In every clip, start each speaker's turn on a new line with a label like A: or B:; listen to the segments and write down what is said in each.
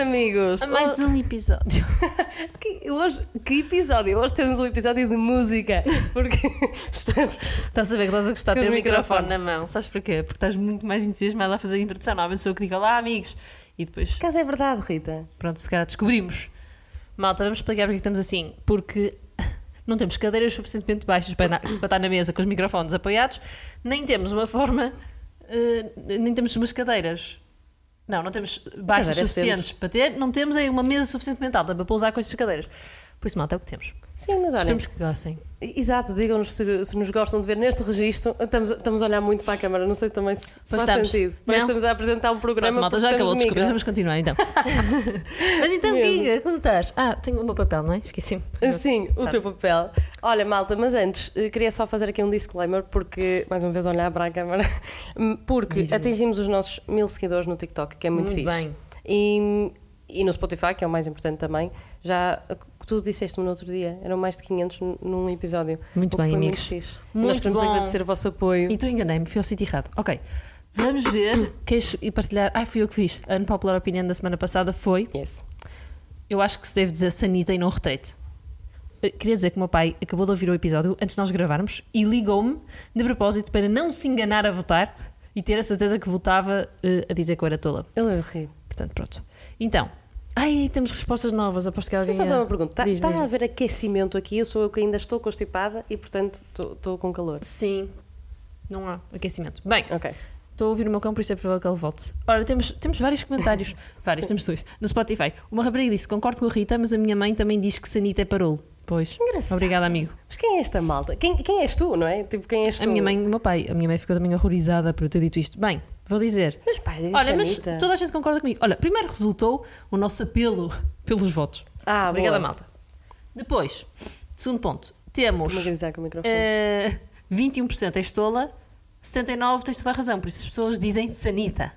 A: amigos!
B: A mais um episódio.
A: Que, hoje, que episódio? Hoje temos um episódio de música, porque estamos.
B: Estás a ver que estás a gostar de
A: Com
B: ter o
A: os
B: microfone na
A: microfones.
B: mão. Sabes porquê? Porque estás muito mais entusiasmada a fazer a introdução. Normalmente sou eu que digo olá, amigos. E depois,
A: Caso é verdade, Rita.
B: pronto, se calhar descobrimos. Malta, vamos explicar porque é que estamos assim. Porque não temos cadeiras suficientemente baixas para, na- para estar na mesa com os microfones apoiados, nem temos uma forma. eh, nem temos umas cadeiras. Não, não temos baixas
A: Cadeiras
B: suficientes para ter, não temos aí uma mesa suficientemente alta para pousar com estas cadeiras. Por isso, malta, é o que temos.
A: Sim, mas olha.
B: Esperemos que gostem.
A: Exato, digam-nos se, se nos gostam de ver neste registro. Estamos, estamos a olhar muito para a câmara, não sei também se, se
B: Pois
A: faz
B: estamos.
A: sentido. Parece que
B: Não.
A: estamos a apresentar um programa.
B: Pronto, malta,
A: porque
B: já acabou de
A: estamos
B: descobrir,
A: micro.
B: vamos continuar então. Mas então,
A: Mesmo.
B: Giga, como estás? Ah, tenho o meu papel, não tá. é? Esqueci-me.
A: Sim, o teu papel. Olha, malta, mas antes, eh, queria só fazer aqui um disclaimer, porque, mais uma vez, olhar para a câmara, porque atingimos os nossos mil seguidores no TikTok, que é muito,
B: Muito
A: fixe.
B: bem.
A: E, e no Spotify, que é o mais importante também, já eh, tu disseste-me no outro dia, eram mais de 500 n- num episódio.
B: Muito
A: o que
B: bem,
A: foi
B: amigos.
A: Muito fixe.
B: Muito
A: Nós queremos
B: bom.
A: agradecer o vosso apoio.
B: E tu enganei-me, fui ao sítio errado. Ok, vamos ver, queixo e partilhar. Ai, fui eu que fiz. A unpopular opinion da semana passada foi:
A: Yes.
B: eu acho que se deve dizer sanita e não retrete. Eh, Queria dizer que o meu pai acabou de ouvir o episódio antes de nós gravarmos e ligou-me de propósito para não se enganar a votar e ter a certeza que votava eh, a dizer que eu era tola.
A: Ele é rir.
B: Portanto, pronto. Então, ai, temos respostas novas. Aposto que alguém.
A: Deixa eu só fazer uma pergunta. Tá,
B: Diz,
A: Está
B: diz.
A: a haver aquecimento aqui? Eu sou eu que ainda estou constipada e, portanto, estou com calor.
B: Sim. Não há aquecimento. Bem,
A: Ok.
B: estou a ouvir o meu cão, por isso é provável que ele volte. Ora, temos, temos vários comentários. vários, temos dois. No Spotify. Uma rapariga disse: Concordo com a Rita, mas a minha mãe também diz que Sanita é parolo. Pois.
A: Engraçado.
B: Obrigada, amigo.
A: Mas quem é esta malta? Quem, quem és tu, não é? Tipo, quem és tu?
B: A minha mãe e o meu pai. A minha mãe ficou também horrorizada por eu ter dito isto. Bem, vou dizer.
A: Mas pais, dizem
B: Olha, mas
A: Sanita.
B: toda a gente concorda comigo. Olha, primeiro resultou o nosso apelo pelos votos.
A: Ah,
B: Obrigada,
A: boa.
B: é malta. Depois, segundo ponto, temos.
A: Vou-me agrisar com o microfone.
B: Eh, 21% é estola, 79% tens toda a razão. Por isso as pessoas dizem sanita.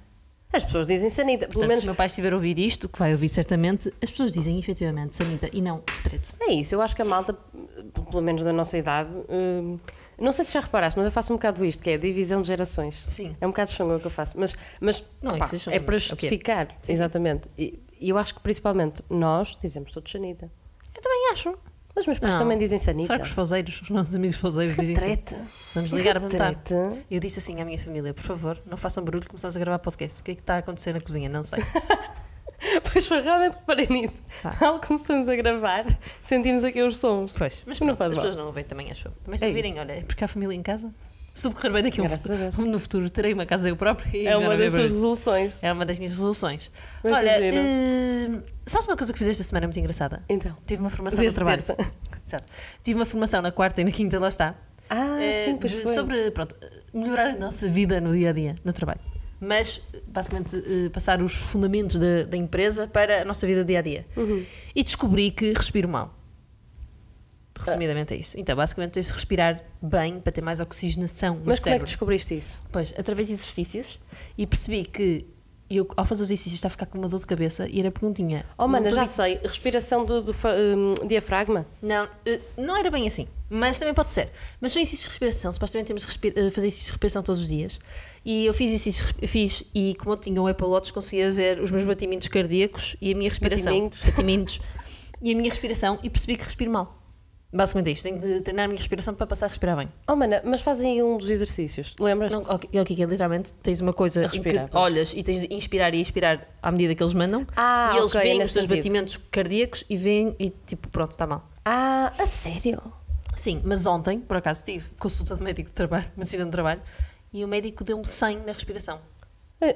A: As pessoas dizem sanita. Pelo
B: Portanto,
A: menos
B: se o meu pai estiver a ouvir isto, que vai ouvir certamente, as pessoas dizem efetivamente sanita e não retrete.
A: é isso. Eu acho que a malta, p- pelo menos da nossa idade, hum, não sei se já reparaste, mas eu faço um bocado isto, que é a divisão de gerações.
B: Sim.
A: É um bocado chungo o que eu faço. Mas, mas
B: Não,
A: opá,
B: isso é chungo,
A: é para
B: mas o quê?
A: justificar. Exatamente. E e eu acho que principalmente nós dizemos todos sanita.
B: Eu também acho.
A: Mas meus pais
B: Não.
A: também dizem sanita.
B: Será que os fozeiros, os nossos amigos fozeiros dizem
A: Retrete.
B: sanita? tá. Vamos ligar a perguntar.
A: Retrete.
B: Eu disse assim à minha família, por favor, não façam barulho, começaste a gravar podcast. O que é que está a acontecer na cozinha? Não sei.
A: Pois foi, realmente reparei nisso.
B: Pá.
A: Mal começamos a gravar, sentimos aqui os sons.
B: Pois, mas
A: Não
B: pronto,
A: faz
B: as
A: mal.
B: pessoas não ouvem também, acho. eu. Também se
A: É
B: ouvirem, olha, é porque há família em casa. Se tudo correr bem daqui a um
A: Graças a Deus.
B: futuro, no futuro terei uma casa eu própria e
A: É
B: já
A: uma
B: não
A: das
B: haverá
A: tuas resoluções.
B: É uma das minhas resoluções.
A: Mas
B: Olha,
A: é giro.
B: hum, sabes uma coisa que fiz esta semana muito engraçada?
A: Então.
B: Tive uma formação
A: Desde
B: no trabalho.
A: terça.
B: Exato. Tive uma formação na quarta e na quinta, lá está.
A: Ah,
B: Eh,
A: sim, pois
B: de-
A: foi.
B: Sobre, pronto, eh, melhorar a nossa vida no dia a dia, no trabalho. Mas, eh, basicamente, eh, passar os fundamentos da, da empresa para a nossa vida dia a dia.
A: Uhum.
B: E descobri que respiro mal. Resumidamente é isso. Então, basicamente, tens de respirar bem para ter mais oxigenação no
A: Mas como é que
B: cérebro.
A: descobriste isso?
B: Pois, através de exercícios e percebi que eu, ao fazer os exercícios, estava a ficar com uma dor de cabeça e era perguntinha.
A: Oh, mana,
B: não tô
A: já
B: bem-
A: sei. Respiração do, do fa- hum, diafragma.
B: Não, eh, não era bem assim, mas também pode ser. Mas são exercícios de respiração, supostamente temos que respi- eh, fazer exercícios de respiração todos os dias. E eu fiz exercícios, de respi- fiz, e como eu tinha um Apple Watch, conseguia ver os meus batimentos cardíacos e a minha respiração.
A: Batimentos.
B: Batimentos. e a minha respiração, e percebi que respiro mal. Basicamente é isto, tenho de treinar a minha respiração para passar a respirar bem.
A: Oh, mana, mas fazem um dos exercícios. Lembras-te?
B: Não, ok, ok, que é literalmente tens uma coisa em
A: Respirar,
B: que
A: pois.
B: olhas e tens de inspirar e expirar à medida que eles mandam
A: Ah,
B: e eles
A: ok,
B: veem
A: nesse
B: os teus
A: sentido.
B: batimentos cardíacos e veem e tipo, pronto, está mal.
A: Ah, a sério?
B: Sim, mas ontem, por acaso, tive consulta de médico de trabalho, medicina de trabalho, e o médico deu-me 100 na respiração.
A: Eh,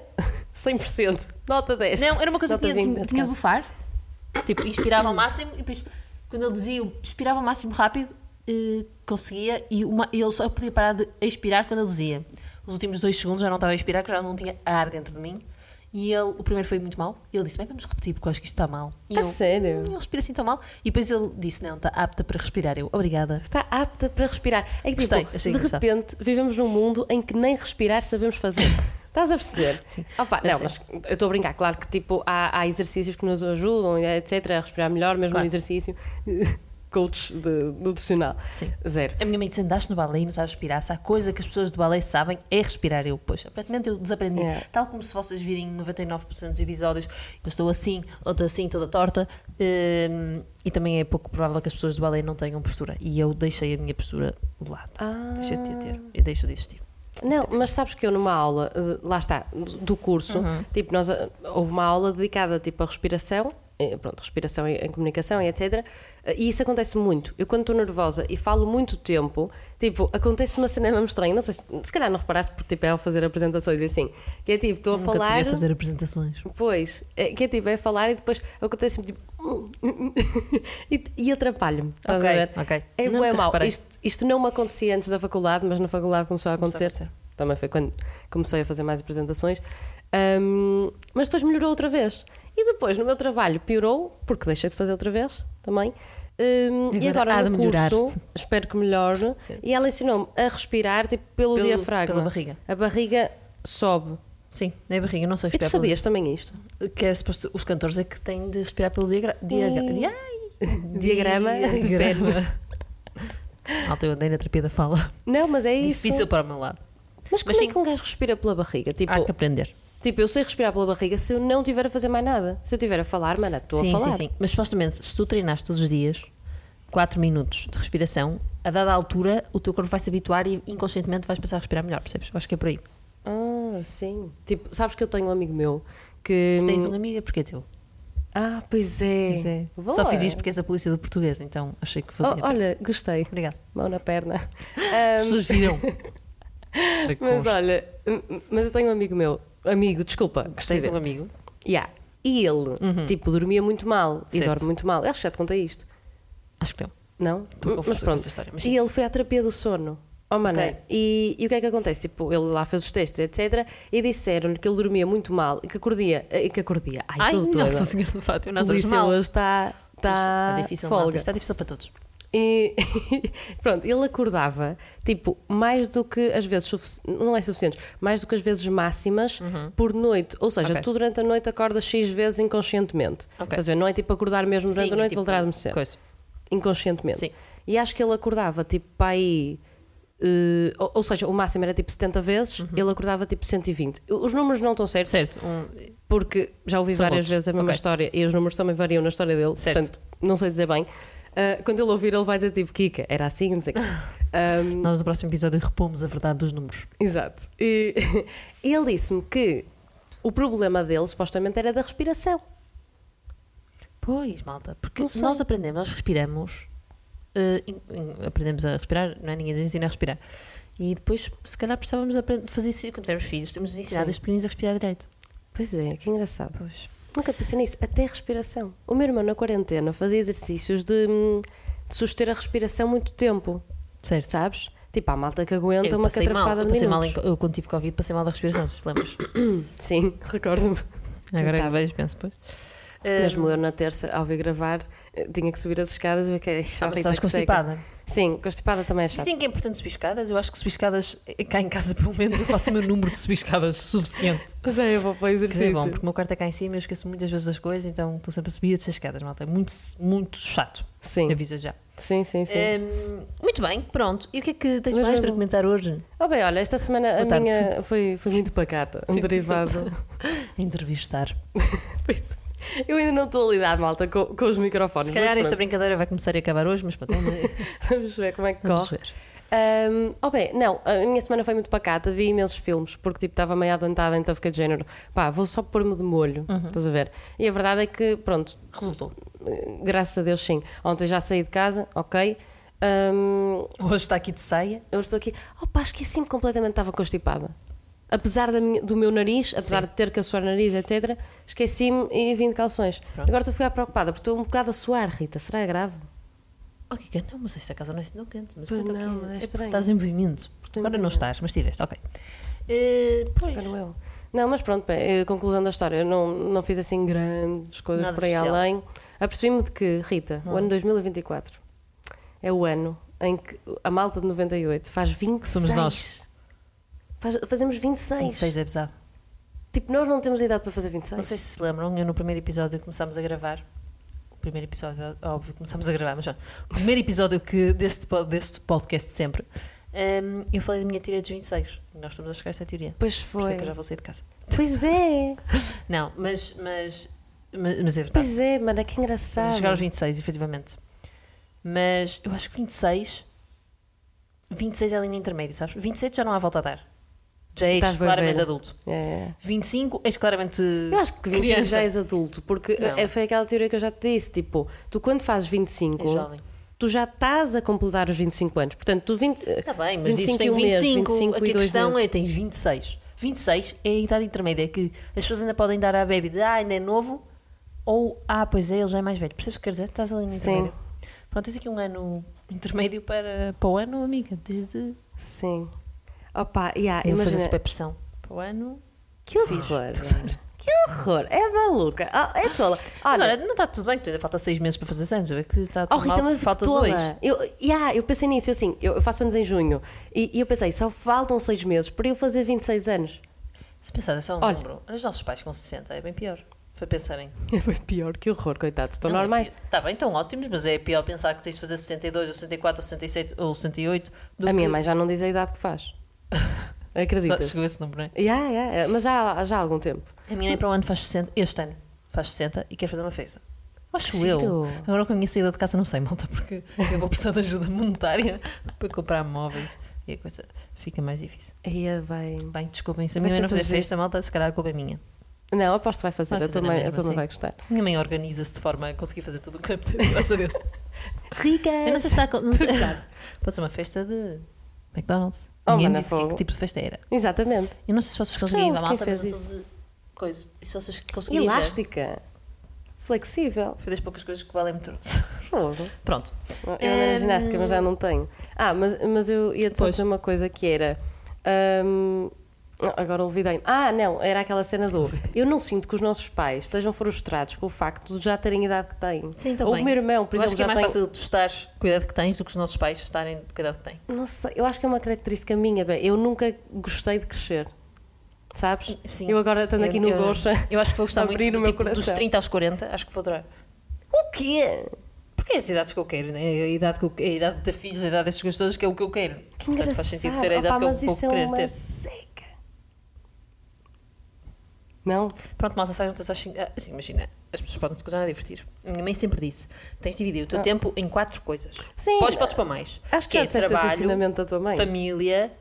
A: 100%. Nota 10.
B: Não, era uma coisa que
A: Nota
B: tinha,
A: 20
B: tinha,
A: neste
B: tinha de
A: caso.
B: bufar. Tipo, inspirava ao máximo e depois, quando ele dizia, eu expirava ao máximo rápido, eh, conseguia e uma, ele só podia parar de expirar quando ele dizia. Os últimos dois segundos já não estava a expirar, que já não tinha ar dentro de mim. E ele, o primeiro foi muito mal. Ele disse, bem, vamos repetir porque eu acho que isto está mal. E
A: A
B: eu,
A: sério?
B: "Hum, ele respira assim tão mal. E depois ele disse, não, está apta para respirar. Eu, obrigada.
A: Está apta para respirar. É que,
B: Gostei,
A: tipo,
B: achei
A: de
B: engraçado.
A: repente vivemos num mundo em que nem respirar sabemos fazer. Estás a perceber?
B: Sim, É assim.
A: Opa,
B: eu
A: não,
B: sei.
A: mas eu estou a brincar. Claro que tipo, há, há exercícios que nos ajudam, etc., a respirar melhor, mesmo
B: Claro.
A: no exercício. coach de, nutricional.
B: Sim.
A: Zero.
B: A minha mãe dizendo, andaste no balé e não sabes respirar. Se há coisa que as pessoas do balé sabem, é respirar. Eu, pois, aparentemente eu desaprendi.
A: É.
B: Tal como se vocês virem 99% dos episódios, eu estou assim, ou estou assim, toda torta. hum, e também é pouco provável que as pessoas do balé não tenham postura. E eu deixei a minha postura de lado.
A: Ah.
B: Deixei de a ter. Eu deixo de existir.
A: Não, mas sabes que eu numa aula, eh, lá está, do curso,
B: Uhum.
A: tipo, nós, eh, houve uma aula dedicada tipo à respiração, eh, pronto, respiração em, em comunicação e etc. eh, E isso acontece muito. Eu quando estou nervosa e falo muito tempo, tipo, acontece uma cena mesmo estranha, não sei, se calhar não reparaste porque tipo é ao fazer apresentações e assim, que é tipo, estou a
B: Nunca te
A: falar,
B: vi a fazer apresentações.
A: pois, é, que é tipo, é falar e depois acontece tipo, e, e atrapalho-me. estás a
B: Ok,
A: ver?
B: ok.
A: É,
B: Nunca
A: bué mau.
B: reparei.
A: Isto, isto não me acontecia antes da faculdade, mas na faculdade começou a
B: Começou
A: acontecer.
B: a
A: Também foi quando comecei a fazer mais apresentações. Ahm, mas depois melhorou outra vez. E depois no meu trabalho piorou, porque deixei de fazer outra vez também. Ahm,
B: E
A: e
B: agora
A: agora,
B: há de
A: no
B: melhorar.
A: curso, espero que melhore.
B: Sim.
A: E ela ensinou-me a respirar tipo, pelo,
B: Pelo-
A: diafragma.
B: pela barriga.
A: A barriga sobe.
B: Sim, é barriga, eu não sei
A: E tu
B: respirar.
A: sabias também isto?
B: pelo- Que era suposto, os cantores é que têm de respirar pelo diagrama.
A: Ih.
B: Diagrama.
A: Diagrama de
B: Alta, eu andei na terapia da fala.
A: Não, mas é isso.
B: Difícil para o meu lado.
A: Mas como
B: Mas Ah,
A: é que um gajo respira pela barriga? Tipo,
B: Há que aprender.
A: Tipo, eu sei respirar pela barriga se eu não estiver a fazer mais nada. Se eu estiver a falar, mana, estou a
B: sim,
A: falar.
B: sim, sim. Mas supostamente, se tu treinares todos os dias 4 minutos de respiração, a dada altura o teu corpo vai se habituar e inconscientemente vais passar a respirar melhor, percebes? Eu Acho que é por aí.
A: Ah, sim. Tipo, sabes que eu tenho um amigo meu que.
B: Se tens uma amiga, porque é teu.
A: Ah, Hum. pois é. Boa.
B: Só fiz isto porque és a polícia do português, então achei que valia.
A: Oh, olha, gostei.
B: Obrigada.
A: Mão na perna.
B: As
A: Ahm,
B: pessoas viram.
A: mas olha, hum, mas eu tenho um amigo meu. Amigo, desculpa. Gostei
B: Tens
A: de
B: um amigo? Uhum.
A: yeah. E ele, tipo, dormia muito mal. E
B: Certo.
A: dorme muito mal. Eu acho que já te contei isto.
B: Acho que não.
A: Não?
B: Estou confusa
A: Mas
B: com
A: pronto.
B: essa história, mas sim.
A: e ele foi à terapia do sono. Oh, mano,
B: Ok.
A: e, e o que é que acontece? Tipo, ele lá fez os testes, etc. E disseram-lhe que ele dormia muito mal e que acordia. eh, E que acordia. Ai,
B: Ai,
A: tô- tô-
B: Nossa Senhora do Fato, eu
A: a
B: não estou
A: polícia
B: mal.
A: hoje está.
B: tá
A: Está
B: Está difícil, malta.
A: folga.
B: Está difícil para todos.
A: E pronto, ele acordava, tipo, mais do que as vezes, sufici- não é suficiente, mais do que as vezes máximas por noite. Ou
B: Uhum.
A: seja,
B: Ok.
A: tu durante a noite acordas X vezes inconscientemente.
B: Ok.
A: Estás a ver? Não é tipo acordar mesmo durante
B: Sim, é
A: a noite e
B: tipo
A: voltar a adormecer
B: Coisa.
A: inconscientemente.
B: Sim.
A: E acho que ele acordava tipo para aí. eh, ou, ou seja, o máximo era tipo 70 vezes, ele acordava tipo 120. Os números não estão certos,
B: Certo. um-
A: porque já ouvi
B: São
A: várias
B: outros.
A: vezes a mesma
B: Ok.
A: história e os números também variam na história dele,
B: Certo.
A: portanto, não sei dizer bem. Ah, quando ele ouvir, ele vai dizer tipo Kika, era assim, não sei o quê. Ahm,
B: Nós no próximo episódio repomos a verdade dos números.
A: exato. E, e ele disse-me que o problema dele supostamente era da respiração.
B: Pois, malta, porque
A: Não sei.
B: nós aprendemos, nós respiramos, eh, em- em- aprendemos a respirar, não é? Ninguém nos ensina a respirar. E depois, se calhar, precisávamos aprender, fazer isso quando tivermos filhos. Temos nos ensinado
A: Sim.
B: as pequeninas a respirar direito.
A: Pois é, que engraçado.
B: Pois.
A: Nunca pensei nisso, até a respiração. O meu irmão na quarentena fazia exercícios de, hum, de suster a respiração muito tempo,
B: Certo.
A: sabes? Tipo, há malta que aguenta uma
B: passei mal,
A: catrafada
B: eu
A: de
B: passei mal em,
A: minutos.
B: eu quando tive Covid, passei mal da respiração, se te lembras.
A: Sim, recordo-me.
B: Hum. Agora
A: Coitada.
B: que vejo, penso, pois. Eh,
A: Mesmo eu na terça, ao vir gravar, eh, tinha que subir as escadas e ver que é
B: Ah,
A: chato.
B: mas estavas constipada.
A: Sim, constipada também é chato.
B: Dizem que é importante subir escadas. Eu acho que subir escadas, eh, cá em casa, pelo menos, eu faço o meu número de subir escadas suficiente.
A: Já é, eu vou para o
B: Quer dizer,
A: exercício.
B: bom, porque o meu quarto é cá em cima e eu esqueço muitas vezes das coisas, então estou sempre a subir e a descer escadas, malta. É muito, muito chato.
A: Sim.
B: Avisa já.
A: Sim, sim, sim.
B: Hum, muito bem, pronto. E o que é que tens
A: Mas
B: mais
A: é
B: para
A: bom.
B: comentar hoje?
A: Oh, bem, olha, esta semana a
B: Boa tarde.
A: minha foi, foi muito pacata, um
B: Sim.
A: derivado.
B: Entrevistar.
A: Pois é. Eu ainda não estou a lidar, malta, com, com os microfones.
B: Se calhar
A: mas
B: esta
A: pronto.
B: brincadeira vai começar e acabar hoje, mas pronto, vamos
A: Vamos ver como é que
B: vamos
A: corre.
B: ver.
A: Um, oh bem, não, a minha semana foi muito pacata, vi imensos filmes, porque tipo estava meio adoentada, então fiquei de género, pá, vou só pôr-me de molho, estás a ver? E a verdade é que, pronto,
B: Resultou.
A: eh, graças a Deus sim, ontem já saí de casa, ok, um,
B: Hoje está aqui de saia.
A: eu estou aqui, oh pá, esqueci-me completamente, estava constipada. Apesar da minha- do meu nariz, apesar de ter que suar nariz, etc., esqueci-me e vim de calções.
B: Pronto.
A: Agora estou a ficar preocupada, porque estou um bocado a suar, Rita, será grave?
B: Ok, que- Oh, não, mas esta casa não é assim tão quente. Mas
A: Pois
B: pronto,
A: não,
B: ok,
A: mas é
B: porque
A: estranho.
B: Estás em movimento.
A: em
B: Agora não estás, mas estiveste, ok. Eh, pois,
A: Espero eu. Não, mas pronto, bem, eh, conclusão da história, eu não, não fiz assim grandes coisas
B: Nada
A: por aí
B: especial. Hum.
A: além. Apercebi-me de que, Rita, o ano 2024 é o ano em que a malta de 98 faz 26.
B: Somos nós.
A: Faz- fazemos 26.
B: 26 é pesado.
A: Tipo, nós não temos idade para fazer
B: Não
A: 26.
B: sei se se lembram, eu no primeiro episódio que começámos a gravar, o primeiro episódio, ó- óbvio, começamos a gravar, mas pronto. o primeiro episódio que, deste, po- deste podcast de sempre, hum, eu falei da minha teoria dos 26. Nós estamos a chegar a essa teoria.
A: Pois
B: Por isso é
A: foi.
B: que eu já vou sair de casa.
A: Pois é,
B: Tá. Não, mas, mas, mas, mas é verdade.
A: pois é, mana, que
B: Estamos a chegar aos
A: engraçado.
B: 26, efetivamente. Mas eu acho que 26. 26 é a linha intermédia, sabes? 27 já não há volta a dar. Já és
A: Estás bem
B: claramente
A: velha.
B: adulto.
A: É.
B: 25 és claramente.
A: Eu acho que 25
B: criança.
A: já és adulto, porque
B: Não.
A: é- foi aquela teoria que eu já te disse, tipo, tu quando fazes 25,
B: És jovem.
A: tu já estás a completar os 25 anos. Portanto, tu 20,
B: Está Tá bem, mas dizes que
A: 25
B: tem
A: e um mês,
B: 25.
A: 25
B: aqui
A: e
B: a
A: dois
B: questão
A: meses.
B: é: tens 26. 26 é a idade intermédia que as pessoas ainda podem dar à baby de ah, ainda é novo, ou ah, pois é, ele já é mais velho. Percebes o que quer dizer? Estás ali no
A: Sim.
B: intermédio. Pronto, tens aqui um ano intermédio para, para o ano, amiga. Desde.
A: Sim. Opa, yeah,
B: Eu é- vou fazer
A: imagina.
B: super pressão. Para o ano.
A: Que horror. Que horror. É maluca. Ah, é tola.
B: Mas
A: Olha,
B: olha, não está tudo bem, que tu ainda falta seis meses para fazer anos. Eu é que está
A: Oh,
B: tudo
A: Rita,
B: mal,
A: mas
B: falta
A: falta
B: dois.
A: tola. Eu, yeah, eu pensei nisso, eu assim, eu, eu faço anos em junho e, e eu pensei, só faltam seis meses para eu fazer 26 anos.
B: Se pensar, é só um
A: Olha.
B: número. Olha os nossos pais com 60, é bem pior. Foi pensarem.
A: É bem pior, que horror, coitado. Estão normais.
B: Está É Tá bem, estão ótimos, mas é pior pensar que tens de fazer 62, ou 64, ou 67, ou 68. Do
A: A
B: que...
A: minha mãe já não diz a idade que faz.
B: Só
A: Acreditas?
B: chegou esse número, não é?
A: Yeah, yeah, mas já, já há algum tempo.
B: A minha mãe para o ano faz 60, este ano faz 60 e quer fazer uma festa. Acho
A: Giro.
B: eu. Agora com a minha saída de casa não sei, malta, porque eu vou precisar de ajuda monetária para comprar móveis e a coisa fica mais difícil.
A: Ia bem.
B: Bem, desculpem, se a
A: Vai
B: minha mãe
A: ser
B: não fizer
A: tudo
B: festa, malta, se calhar a culpa é minha.
A: Não, aposto que vai fazer.
B: Vai
A: a tua
B: fazer na
A: mãe, a
B: mesma,
A: tua mãe
B: sim.
A: vai gostar.
B: Minha mãe organiza-se de forma a conseguir fazer tudo o que apetece, graças a Deus.
A: Ricas!
B: Eu não sei se está. a- Não sei, pode ser uma festa de McDonald's.
A: Oh,
B: Ninguém
A: mana,
B: disse que,
A: fogo.
B: que tipo de festa era.
A: Exatamente.
B: Eu não sei se vocês conseguiam ir à
A: houve
B: malta,
A: quem
B: mas
A: fez
B: eu estou de coisa. E se vocês conseguiam ver?
A: Elástica. Flexível.
B: Foi das poucas coisas que o Balé me trouxe.
A: Fogo.
B: Pronto.
A: Eu era ginástica, mas já não tenho. Ah, mas, mas eu ia te só
B: Ehm. Pois.
A: dizer uma coisa que era. hum, não, agora olvidei. Ah, não, era aquela cena do. Eu não sinto que os nossos pais estejam frustrados com o facto de já terem a idade que têm.
B: Sim,
A: Ou
B: também.
A: o meu irmão, por
B: Eu acho
A: exemplo,
B: que é
A: já
B: mais
A: tem.
B: fácil tu estares com a idade que tens do que os nossos pais estarem com a idade que têm.
A: Não sei, eu acho que é uma característica minha, bem. Eu nunca gostei de crescer. Sabes?
B: Sim.
A: Eu agora estando aqui no
B: eu,
A: Gocha.
B: Eu acho que vou gostar muito
A: abrir
B: do
A: o meu
B: tipo, dos
A: coração.
B: 30 aos 40, acho que vou adorar.
A: O quê?
B: Porque é as idades que eu quero, né? a idade, que eu, a idade de ter filhos, a idade destas coisas todas, que é o que eu quero.
A: Que
B: Portanto,
A: engraçado.
B: faz sentido ser a idade
A: Opa,
B: que eu
A: mas
B: vou
A: isso é
B: querer
A: uma
B: ter.
A: seca. Não?
B: Pronto, malta, saiam todos às 5. Assim, imagina, as pessoas podem se continuar a divertir. A minha mãe sempre disse: tens de dividir o teu tempo em quatro coisas.
A: Ah. Sim.
B: Podes, podes para mais. é
A: Acho que já disseste esse ensinamento da tua mãe.
B: Família,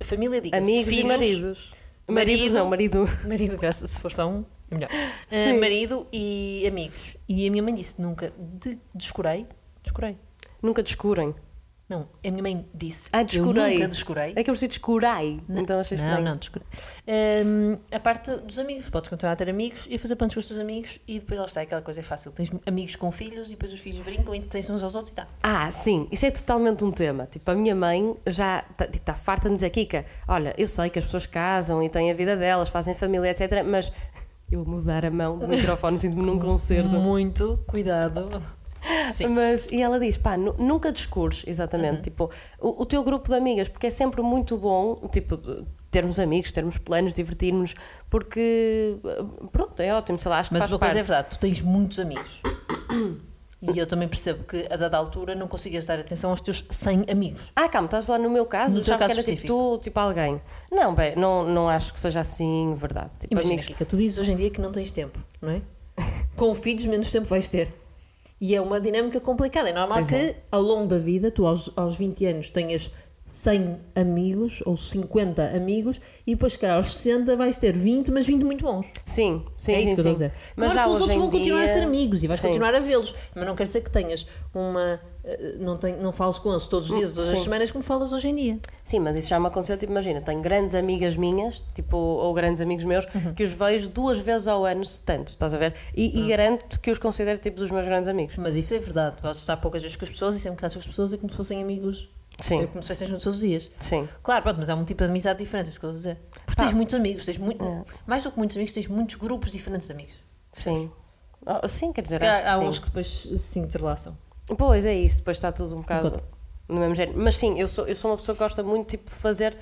B: família, diga
A: Amigos e maridos. Maridos
B: Marido.
A: não, marido.
B: Marido, graças se for só um, é melhor. Ah,
A: Sim.
B: marido e amigos. E a minha mãe disse: nunca de, descurei. Descurei.
A: Nunca descurem.
B: Não, a minha mãe disse:
A: Ah, descurei.
B: Eu nunca descurei.
A: É que eu percebi descurai. Então achei
B: Não,
A: estranho.
B: não, desculpa. Hum, a parte dos amigos, podes continuar a ter amigos e a fazer planos com os teus amigos e depois lá está, aquela coisa é fácil. Tens amigos com filhos e depois os filhos brincam e tens uns aos outros e tá.
A: Ah, sim, isso é totalmente um tema. Tipo, a minha mãe já está tipo, tá farta de dizer, Kika, olha, eu sei que as pessoas casam e têm a vida delas, fazem família, etc. Mas eu vou mudar a mão do microfone, sinto-me num concerto.
B: Muito cuidado. Sim. Uhum.
A: Mas, e ela diz, pá, nu- nunca descures, exatamente, tipo, o, o teu grupo de amigas, porque é sempre muito bom, tipo, de- termos amigos, termos planos, divertirmos, porque, eh, pronto, é ótimo, sei lá, acho que
B: Mas
A: faz
B: uma
A: parte.
B: coisa é verdade, tu tens muitos amigos. E eu também percebo que a dada altura não consigas dar atenção aos teus 100 amigos.
A: Ah, calma, estás a falar no meu caso?
B: No teu
A: já
B: caso
A: que era tipo
B: específico.
A: tu, tipo alguém. Não, bem, não, não acho que seja assim, verdade. Tipo,
B: Imagina,
A: amigos.
B: Kika, tu dizes hoje em dia que não tens tempo, não é? Com filhos, menos tempo vais ter. E é uma dinâmica complicada. É normal
A: Pois
B: que,
A: é.
B: ao longo da vida, tu aos, aos 20 anos tenhas 100 amigos ou 50 amigos e depois, se calhar, aos 60 vais ter 20, mas 20 muito bons.
A: Sim, sim,
B: é
A: sim,
B: isso que eu
A: sim.
B: estou a dizer.
A: Mas
B: claro
A: já
B: que os
A: hoje
B: outros
A: em
B: vão continuar a ser
A: dia-
B: amigos e vais
A: Sim.
B: continuar a vê-los, mas não quer dizer que tenhas uma... eh, Não, tem, não falas com eles todos os dias, todas as
A: Hum, Sim.
B: semanas, como falas hoje em dia.
A: Sim, mas isso já me aconteceu, tipo, imagina, tenho grandes amigas minhas, tipo, ou grandes amigos meus,
B: Uhum.
A: que os vejo duas vezes ao ano, se tanto, estás a ver? E,
B: Ah.
A: e garanto que os considero, tipo, dos meus grandes amigos.
B: Mas isso é verdade. Podes estar poucas vezes com as pessoas e sempre que estás com as pessoas é como se fossem amigos.
A: Sim.
B: É como se fossem juntos todos os dias.
A: Sim.
B: Claro, pronto, mas é um tipo de amizade diferente, é isso que eu estou a dizer. Porque tens muitos amigos, tens muito.
A: É.
B: Mais do que muitos amigos, tens muitos grupos diferentes de amigos.
A: Sim. Oh, sim, quer
B: Se
A: dizer,
B: calhar
A: acho
B: há
A: que
B: uns
A: sim.
B: que depois se interlaçam.
A: Pois é isso, depois está tudo um bocado
B: Enquanto-
A: no mesmo género. Mas sim, eu sou, eu sou uma pessoa que gosta muito tipo, de fazer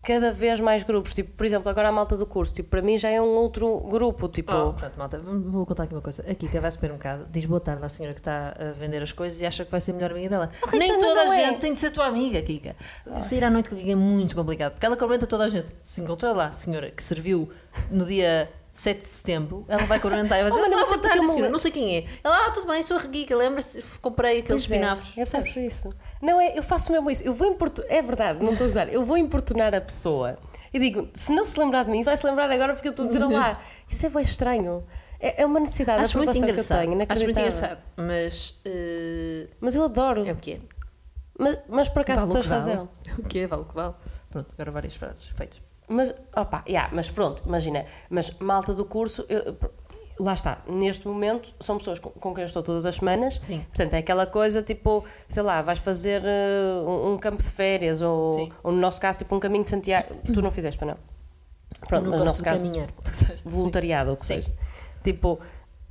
A: cada vez mais grupos. Tipo, por exemplo, agora a malta do curso, tipo, para mim já é um outro grupo. Tipo,
B: Oh, pronto, malta, v- vou contar aqui uma coisa. Aqui que vai super um bocado, diz boa tarde à senhora que está a vender as coisas e acha que vai ser a melhor amiga dela.
A: Rita,
B: Nem toda
A: não
B: a
A: é.
B: gente tem de ser tua amiga, Kika. Sair à noite com a Kika é muito complicado, porque ela comenta toda a gente. Se encontrar lá a senhora que serviu no dia 7 de setembro, ela vai comentar e vai
A: Oh,
B: dizer:
A: mas não
B: "Olá,
A: sei
B: boa
A: porque eu
B: tarde,
A: me
B: senhora,
A: le-
B: não sei quem é. Ela, ah, tudo bem, sou a Kika, lembra-se, comprei aqueles
A: Pois é,
B: espinafres.
A: eu faço isso. Não, é, eu faço mesmo isso. Eu vou importunar. É verdade, não estou a usar. Eu vou importunar a pessoa. E digo, se não se lembrar de mim, vai se lembrar agora porque eu estou a dizer olá. Isso é bem estranho. É, é uma necessidade,
B: Acho
A: a
B: muito
A: aprovação que eu
B: engraçado.
A: tenho.
B: Acho muito
A: inacreditável.
B: engraçado, mas eh,
A: Mas eu adoro.
B: é o que é.
A: Mas, mas por acaso tu
B: vale o
A: tens
B: que vale.
A: razão.
B: O que é, vale o que vale. Pronto, agora várias frases feitas.
A: Mas, opa, yeah, mas pronto, imagina. Mas malta do curso, eu- pr- lá está, neste momento são pessoas com, com quem eu estou todas as semanas.
B: Sim.
A: Portanto, é aquela coisa tipo, sei lá, vais fazer eh, um, um campo de férias ou,
B: Sim.
A: ou, no nosso caso, tipo um caminho de Santiago. tu não fizeste, para não? Pronto,
B: Eu
A: mas
B: não
A: no
B: gosto de
A: nosso caso,
B: caminhar.
A: voluntariado, ou o que
B: Sim.
A: seja. Tipo.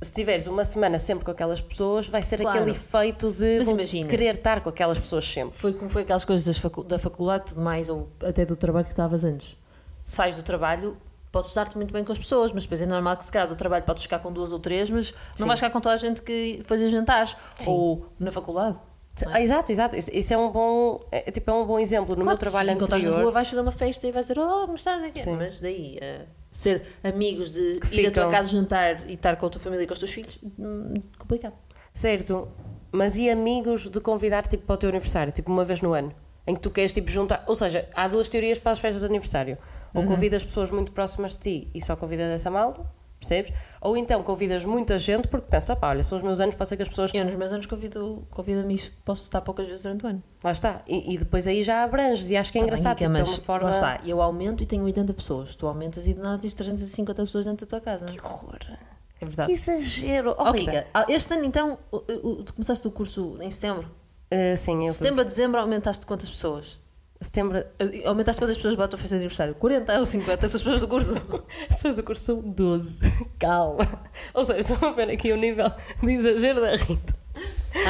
A: Se tiveres uma semana sempre com aquelas pessoas, vai ser
B: Claro.
A: aquele efeito de
B: Mas
A: vol-
B: imagina.
A: querer estar com aquelas pessoas sempre.
B: Foi como foi aquelas coisas das facu- da faculdade e tudo mais, ou até do trabalho que estavas antes. Sais do trabalho, podes estar-te muito bem com as pessoas, mas depois é normal que se calhar do trabalho podes ficar com duas ou três, mas não vais ficar com toda a gente que fazia jantares. Ou na faculdade. não é?
A: Ah, exato, exato. Isso, isso é um bom, é, tipo, é um bom exemplo. No meu
B: Claro,
A: trabalho
B: se encontrares na
A: anterior,
B: rua, vais fazer uma festa e vais dizer, oh, como estás aqui?
A: Sim.
B: Mas daí, a ser amigos de
A: Que
B: ir à tua
A: ficam.
B: casa jantar e estar com a tua família e com os teus filhos, hum, complicado.
A: Certo, mas e amigos de convidar tipo para o teu aniversário, tipo uma vez no ano, em que tu queres tipo juntar, ou seja, há duas teorias para as festas de aniversário. Ou
B: Uhum.
A: convidas pessoas muito próximas de ti e só convidas essa malta, percebes? Ou então convidas muita gente porque pensa, pá, olha, são os meus anos, pode ser que as pessoas
B: Eu nos meus anos convido, convido amigos que posso estar poucas vezes durante o ano.
A: lá está. E, e depois aí já abranges e acho que é
B: Tá bem,
A: engraçado,
B: Kika,
A: tipo, é
B: mas
A: uma forma
B: lá está, eu aumento e tenho 80 pessoas. Tu aumentas e de nada tens 350 pessoas dentro da tua casa. Que horror. É verdade.
A: Que exagero! Oh,
B: Oh,
A: Rita.
B: Kika, ah, este ano então, o- o- tu começaste o curso em setembro.
A: Ah, sim, eu setembro.
B: Setembro a dezembro aumentaste quantas pessoas? Ah, Aumentaste quantas pessoas para a tua festa de aniversário? 40 ou 50 são as pessoas do curso.
A: As pessoas do curso são 12. Calma. Ou seja, estão a ver aqui o nível de exagero da Rita.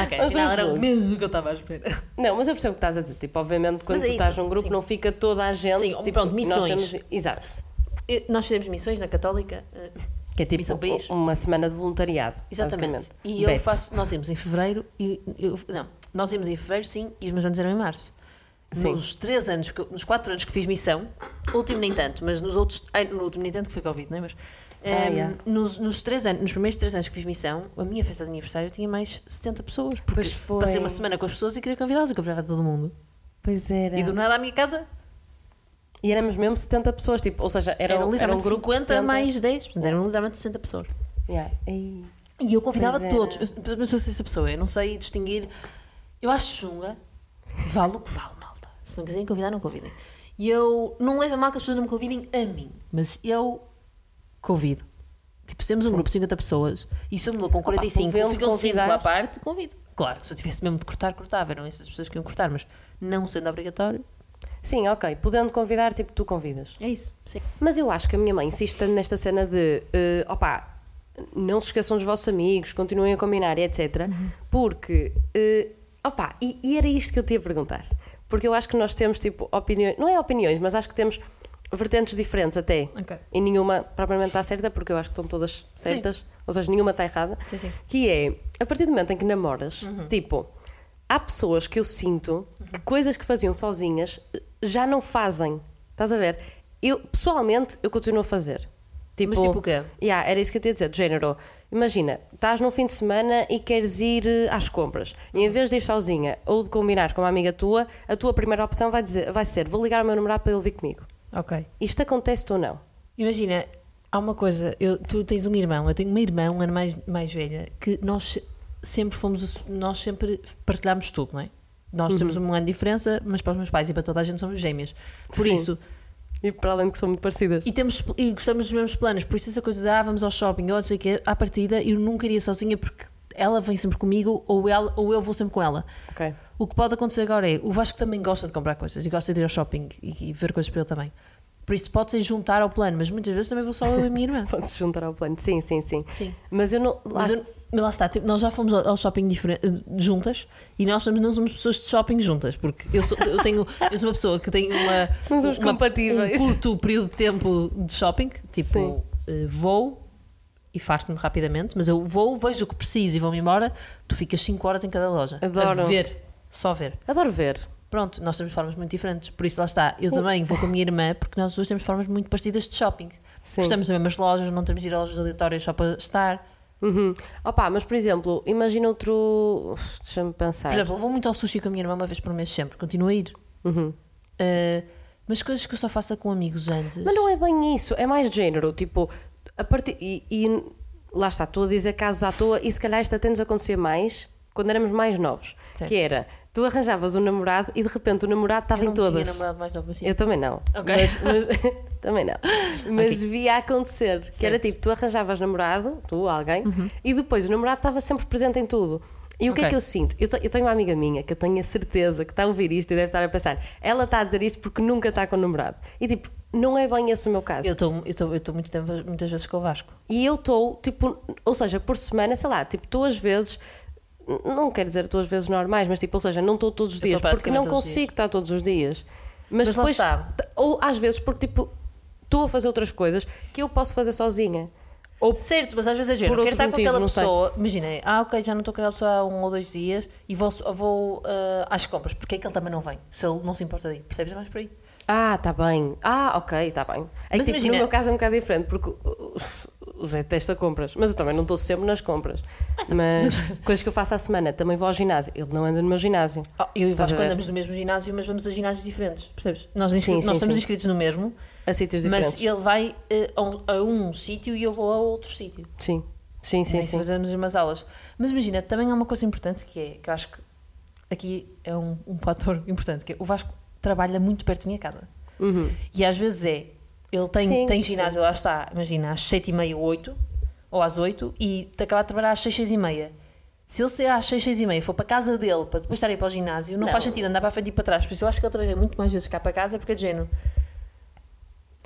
B: ok,
A: As
B: afinal
A: pessoas
B: era
A: doze.
B: menos do que eu estava à espera.
A: Não, mas eu percebo o que estás a dizer. Tipo, obviamente, quando
B: Mas é
A: tu estás
B: isso,
A: num grupo,
B: sim.
A: não fica toda a gente.
B: Sim,
A: tipo,
B: pronto,
A: nós
B: missões.
A: temos- Exato.
B: Eu- nós fizemos missões na Católica. ah,
A: Que é tipo
B: Missão país.
A: u- uma semana de voluntariado.
B: Exatamente.
A: basicamente.
B: E eu
A: Bet.
B: faço. Nós íamos em fevereiro e. Eu, não, nós íamos em fevereiro, sim, e os meus anos eram em março.
A: Sim.
B: Nos três anos, que eu- nos quatro anos que fiz missão, último nem tanto, mas nos outros. ai, no último nem tanto, que foi Covid, não é? Mas. ehm,
A: Ah, yeah.
B: nos, nos, três anos, nos primeiros três anos que fiz missão, a minha festa de aniversário eu tinha mais 70 pessoas. Porque
A: Pois foi.
B: passei uma semana com as pessoas e queria convidá-las e convidava todo mundo.
A: Pois era.
B: E do nada à minha casa
A: E éramos mesmo 70 pessoas. Tipo, ou seja, era,
B: eram,
A: um- era um
B: literalmente
A: grupo de
B: 50
A: 70.
B: mais 10, portanto eram literalmente 60 pessoas.
A: Yeah. Ei.
B: E eu convidava
A: Pois era.
B: todos. Eu, mas eu sou essa pessoa, eu não sei distinguir. Eu acho chunga, vale o que vale, malta. Se não quiserem convidar, não convidem. E eu não levo a mal que as pessoas não me convidem a mim, mas eu convido. Tipo, se temos um grupo de 50 pessoas e se eu me dou
A: Ah,
B: com 45,
A: podendo
B: ficam 5
A: convidar.
B: à parte, convido. Claro, que se eu tivesse mesmo de cortar, cortava. Eram essas pessoas que iam cortar, mas não sendo obrigatório,
A: Sim, ok. Podendo convidar, tipo, tu convidas.
B: é isso. Sim.
A: Mas eu acho que a minha mãe insiste tanto nesta cena de eh, opá, não se esqueçam dos vossos amigos, continuem a combinar, e etc. Porque, eh, opá, e, e era isto que eu te ia perguntar. Porque eu acho que nós temos tipo opiniões, não é opiniões, mas acho que temos vertentes diferentes até.
B: Ok.
A: E nenhuma propriamente está certa, porque eu acho que estão todas certas, ou seja, nenhuma está errada.
B: Sim, sim.
A: Que é, a partir do momento em que namoras, tipo, há pessoas que eu sinto que coisas que faziam sozinhas eh, já não fazem. Estás a ver? Eu, pessoalmente, eu continuo a fazer. Tipo,
B: Mas tipo o quê?
A: Yeah, era isso que eu tinha a dizer, do género. Imagina, estás num fim de semana e queres ir eh, às compras. E em vez de ir sozinha ou de combinares com uma amiga tua, a tua primeira opção vai, dizer, vai ser: vou ligar ao meu namorado para ele vir comigo.
B: Ok.
A: Isto acontece ou não?
B: Imagina, há uma coisa, eu- tu tens um irmão, eu tenho uma irmã, um ano mais, mais velha, que nós se- sempre fomos, o se- nós sempre partilhámos tudo, não é? Nós temos um ano de diferença, mas para os meus pais e para toda a gente somos gêmeas. Por
A: Sim.
B: isso,
A: E para além de que são muito parecidas.
B: e, temos, e gostamos dos mesmos planos, por isso essa coisa de ah, vamos ao shopping, ou não sei o quê, à partida eu nunca iria sozinha porque ela vem sempre comigo ou, ela, ou eu vou sempre com ela.
A: Ok.
B: O que pode acontecer agora é, o Vasco também gosta de comprar coisas e gosta de ir ao shopping e, e ver coisas para ele também. Por isso pode-se juntar ao plano, mas muitas vezes também vou só eu e a minha irmã.
A: Pode-se juntar ao plano. Sim, sim, sim.
B: Sim.
A: Mas eu não. lá
B: Mas eu-
A: está-
B: Mas lá está, tipo, nós já fomos ao ao shopping diferen- juntas e nós somos- não somos pessoas de shopping juntas, porque eu sou, eu tenho, eu sou uma pessoa que tem uma,
A: Não somos
B: uma-
A: compatíveis.
B: um curto período de tempo de shopping,
A: Sim.
B: tipo, eh, vou e farto-me rapidamente, mas eu vou, vejo o que preciso e vou-me embora, tu ficas 5 horas em cada loja
A: Adoro.
B: a ver, só ver.
A: Adoro ver.
B: Pronto, nós temos formas muito diferentes. Por isso, lá está. Eu também vou com a minha irmã, porque nós duas temos formas muito parecidas de shopping.
A: Sim.
B: Gostamos das mesmas lojas, não temos de ir a lojas aleatórias só para estar.
A: Uhum. Opa, mas por exemplo, imagina outro. Deixa-me pensar.
B: Por exemplo, eu vou muito ao sushi com a minha irmã uma vez por mês sempre, continuo a ir. Uh, mas coisas que eu só faço é com amigos antes.
A: Mas não é bem isso, é mais de género, tipo, a partir. E, e lá está, estou a dizer casos à toa, e se calhar isto até nos acontecia mais quando éramos mais novos.
B: Sim.
A: Que era, tu arranjavas um namorado e de repente o namorado estava
B: eu
A: em
B: não
A: todas.
B: tinha namorado mais novo assim.
A: Eu também não.
B: Ok.
A: Mas, mas- também não. Mas via acontecer. Que era tipo, tu arranjavas namorado, tu, alguém, e depois o namorado estava sempre presente em tudo. E o que é
B: Uhum. Ok.
A: que eu sinto? Eu, te- eu tenho uma amiga minha que eu tenho a certeza que está a ouvir isto e deve estar a pensar, ela está a dizer isto porque nunca está com o namorado. E tipo, não é bem esse o meu caso.
B: Eu estou eu tô- eu tô muito tempo, muitas vezes com o Vasco.
A: E eu estou, tipo, ou seja, por semana, sei lá, tipo, duas vezes, n- não quero dizer duas vezes normais, mas tipo, ou seja, não estou todos os
B: tô
A: dias, porque não
B: praticamente todos os
A: consigo estar todos os dias. Mas,
B: Mas lá
A: depois,
B: está.
A: t- ou às vezes, porque tipo, estou a fazer outras coisas que eu posso fazer sozinha. Ou
B: Certo, mas às vezes é giro.
A: Por
B: Quero
A: outros
B: estar com aquela
A: motivos, não
B: pessoa. Imaginei, ah, ok, já não estou com aquela pessoa há um ou dois dias e vou, vou ah, às compras. Porque é que ele também não vem? Se ele não se importa de ir, percebes? É mais por aí.
A: Ah, está bem. Ah, ok, está bem. É que,
B: Mas
A: tipo,
B: imagina-
A: no meu caso é um bocado diferente, porque uh, o Zé testa compras, mas eu também não estou sempre nas compras. Mas, coisas que eu faço à semana, também vou ao ginásio. Ele não anda no meu ginásio.
B: Ah, eu e o
A: Estás a
B: Vasco
A: ver?
B: andamos no mesmo ginásio, mas vamos a ginásios diferentes, percebes? Nós, inscri-
A: Sim,
B: nós
A: sim,
B: estamos
A: sim.
B: inscritos no mesmo,
A: A sítios diferentes.
B: mas ele vai eh, a um, a um sítio e eu vou a outro sítio.
A: Sim, sim,
B: Sim,
A: sim. sim.
B: Fazemos né, umas aulas. Mas imagina, também há uma coisa importante que é, que eu acho que aqui é um, um fator importante, que é o Vasco trabalha muito perto da minha casa. E às vezes é, ele tem,
A: Sim,
B: tem
A: sim.
B: ginásio, lá está, imagina, às 7h30, 8 ou às 8 e te acaba de trabalhar às 6, 6 e meia. Se ele sair às 6, 6 e meia for para a casa dele para depois estar a ir para o ginásio, não,
A: Não.
B: faz sentido andar para a frente e para trás. Por isso eu acho que ele também vem muito mais vezes cá para casa porque é de género.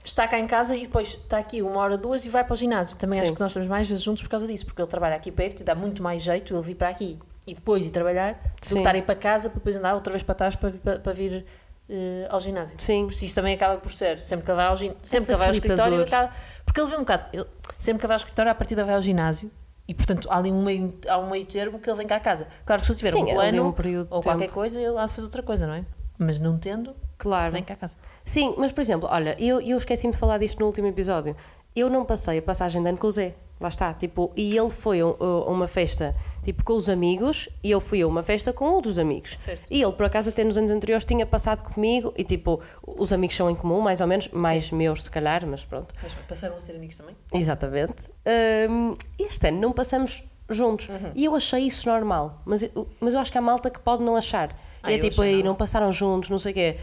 B: Está cá em casa e depois está aqui uma hora, duas e vai para o ginásio. Também
A: Sim.
B: acho que nós estamos mais vezes juntos por causa disso, porque ele trabalha aqui perto e dá muito mais jeito ele vir para aqui e depois ir trabalhar, do que
A: Sim.
B: estar a ir para casa para depois andar outra vez para trás para, vir- para, para vir eh, ao ginásio.
A: Sim.
B: Por isso isso também acaba por ser. Sempre que ele vai ao, gin- sempre que ele vai ao
A: facilitador.
B: escritório, acaba- porque ele vê um bocado. ele- sempre que ele vai ao escritório, à partida vai ao ginásio. E portanto há ali um meio, há um meio termo que ele vem cá a casa. Claro que se eu tiver
A: Sim,
B: um
A: ali
B: plano
A: um período de
B: ou qualquer
A: tempo.
B: coisa, ele há de fazer outra coisa, não é? Mas não tendo,
A: Claro.
B: vem cá a casa.
A: Sim, mas por exemplo, olha, eu, eu esqueci-me de falar disto no último episódio. Eu não passei a passagem de ano com o Zé. Lá está, tipo, e ele foi a, a uma festa, tipo, com os amigos, e eu fui a uma festa com outros amigos.
B: Certo.
A: E ele, por acaso, até nos anos anteriores tinha passado comigo, e tipo, os amigos são em comum, mais ou menos, mais meus, se calhar, mas pronto.
B: Mas passaram a ser amigos também?
A: Exatamente. Hum, este ano não passamos juntos.
B: Uhum.
A: E eu achei isso normal. Mas eu, mas eu acho que há malta que pode não achar.
B: Ah,
A: é
B: eu
A: tipo,
B: achei
A: aí
B: não.
A: não. passaram juntos, não sei o quê.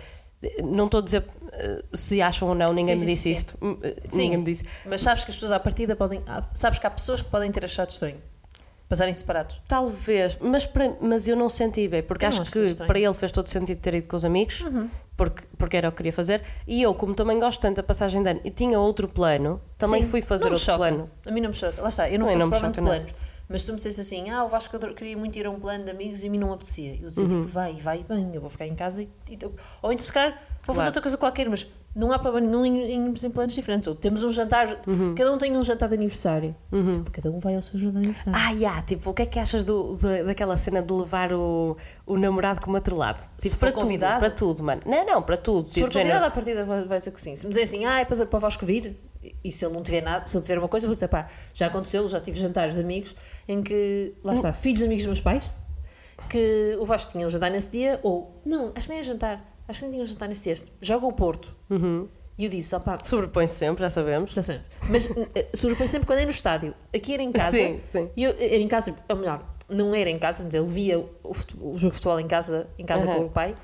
A: Não estou a dizer eh, se acham ou não, ninguém
B: Sim,
A: me
B: sim,
A: disse
B: sim,
A: isto. Hum, eh,
B: Sim.
A: Ninguém me disse.
B: Mas sabes que as pessoas à partida podem. há- Sabes que há pessoas que podem ter achado estranho passarem separados.
A: Talvez, mas, para- mas eu não senti bem, porque
B: Eu
A: acho
B: não
A: que
B: achei estranho. Uhum.
A: para ele fez todo sentido ter ido com os amigos, porque, porque era o que queria fazer. E eu, como também gosto tanto da passagem de ano e tinha outro plano, também
B: Sim.
A: fui fazer
B: Não me
A: outro
B: choca.
A: plano.
B: A mim não me choca. Lá está, eu não faço
A: Também não me
B: provavelmente
A: choca, não.
B: planos. Mas se tu me dissesse assim, ah, o Vasco ador- queria muito ir a um plano de amigos e a mim não apetecia. Eu
A: Uhum.
B: dizia tipo, vai, vai bem, eu vou ficar em casa e. e tu- Ou então se calhar vou fazer
A: Claro.
B: outra coisa qualquer, mas não há problema nenhum em, em, irmos em planos diferentes. Ou temos um jantar,
A: Uhum.
B: cada um tem um jantar de aniversário. Tipo, cada um vai ao seu jantar de aniversário.
A: Ah, yeah, tipo, o que é que achas do- da- daquela cena de levar o, o namorado como atrelado? Tipo,
B: Se for
A: para tudo,
B: convidado?
A: para tudo, mano. Não, não, para tudo.
B: Se
A: Tipo,
B: for
A: de género.
B: convidado à partida, vai vai dizer que sim. Se me dizer assim, ah, é para, para Vasco vir, e- e se ele não tiver nada, se ele tiver uma coisa, vou dizer, pá, já aconteceu, já tive jantares de amigos em que,
A: Oh.
B: lá está, filhos de amigos dos meus pais, que o Vasco tinha um jantar nesse dia, ou, não, acho que nem era jantar, acho que nem tinha um jantar nesse dia, joga o Porto.
A: Uhum.
B: E eu disse, ó pá,
A: sobrepõe-se sempre, já sabemos.
B: já sabemos. Mas eh, sobrepõe sempre quando é no estádio. Aqui era em casa.
A: Sim, sim.
B: E eu, era em casa, ou melhor, não era em casa, mas ele via o, fute- o jogo de futebol em casa, em casa
A: Aham.
B: com o pai.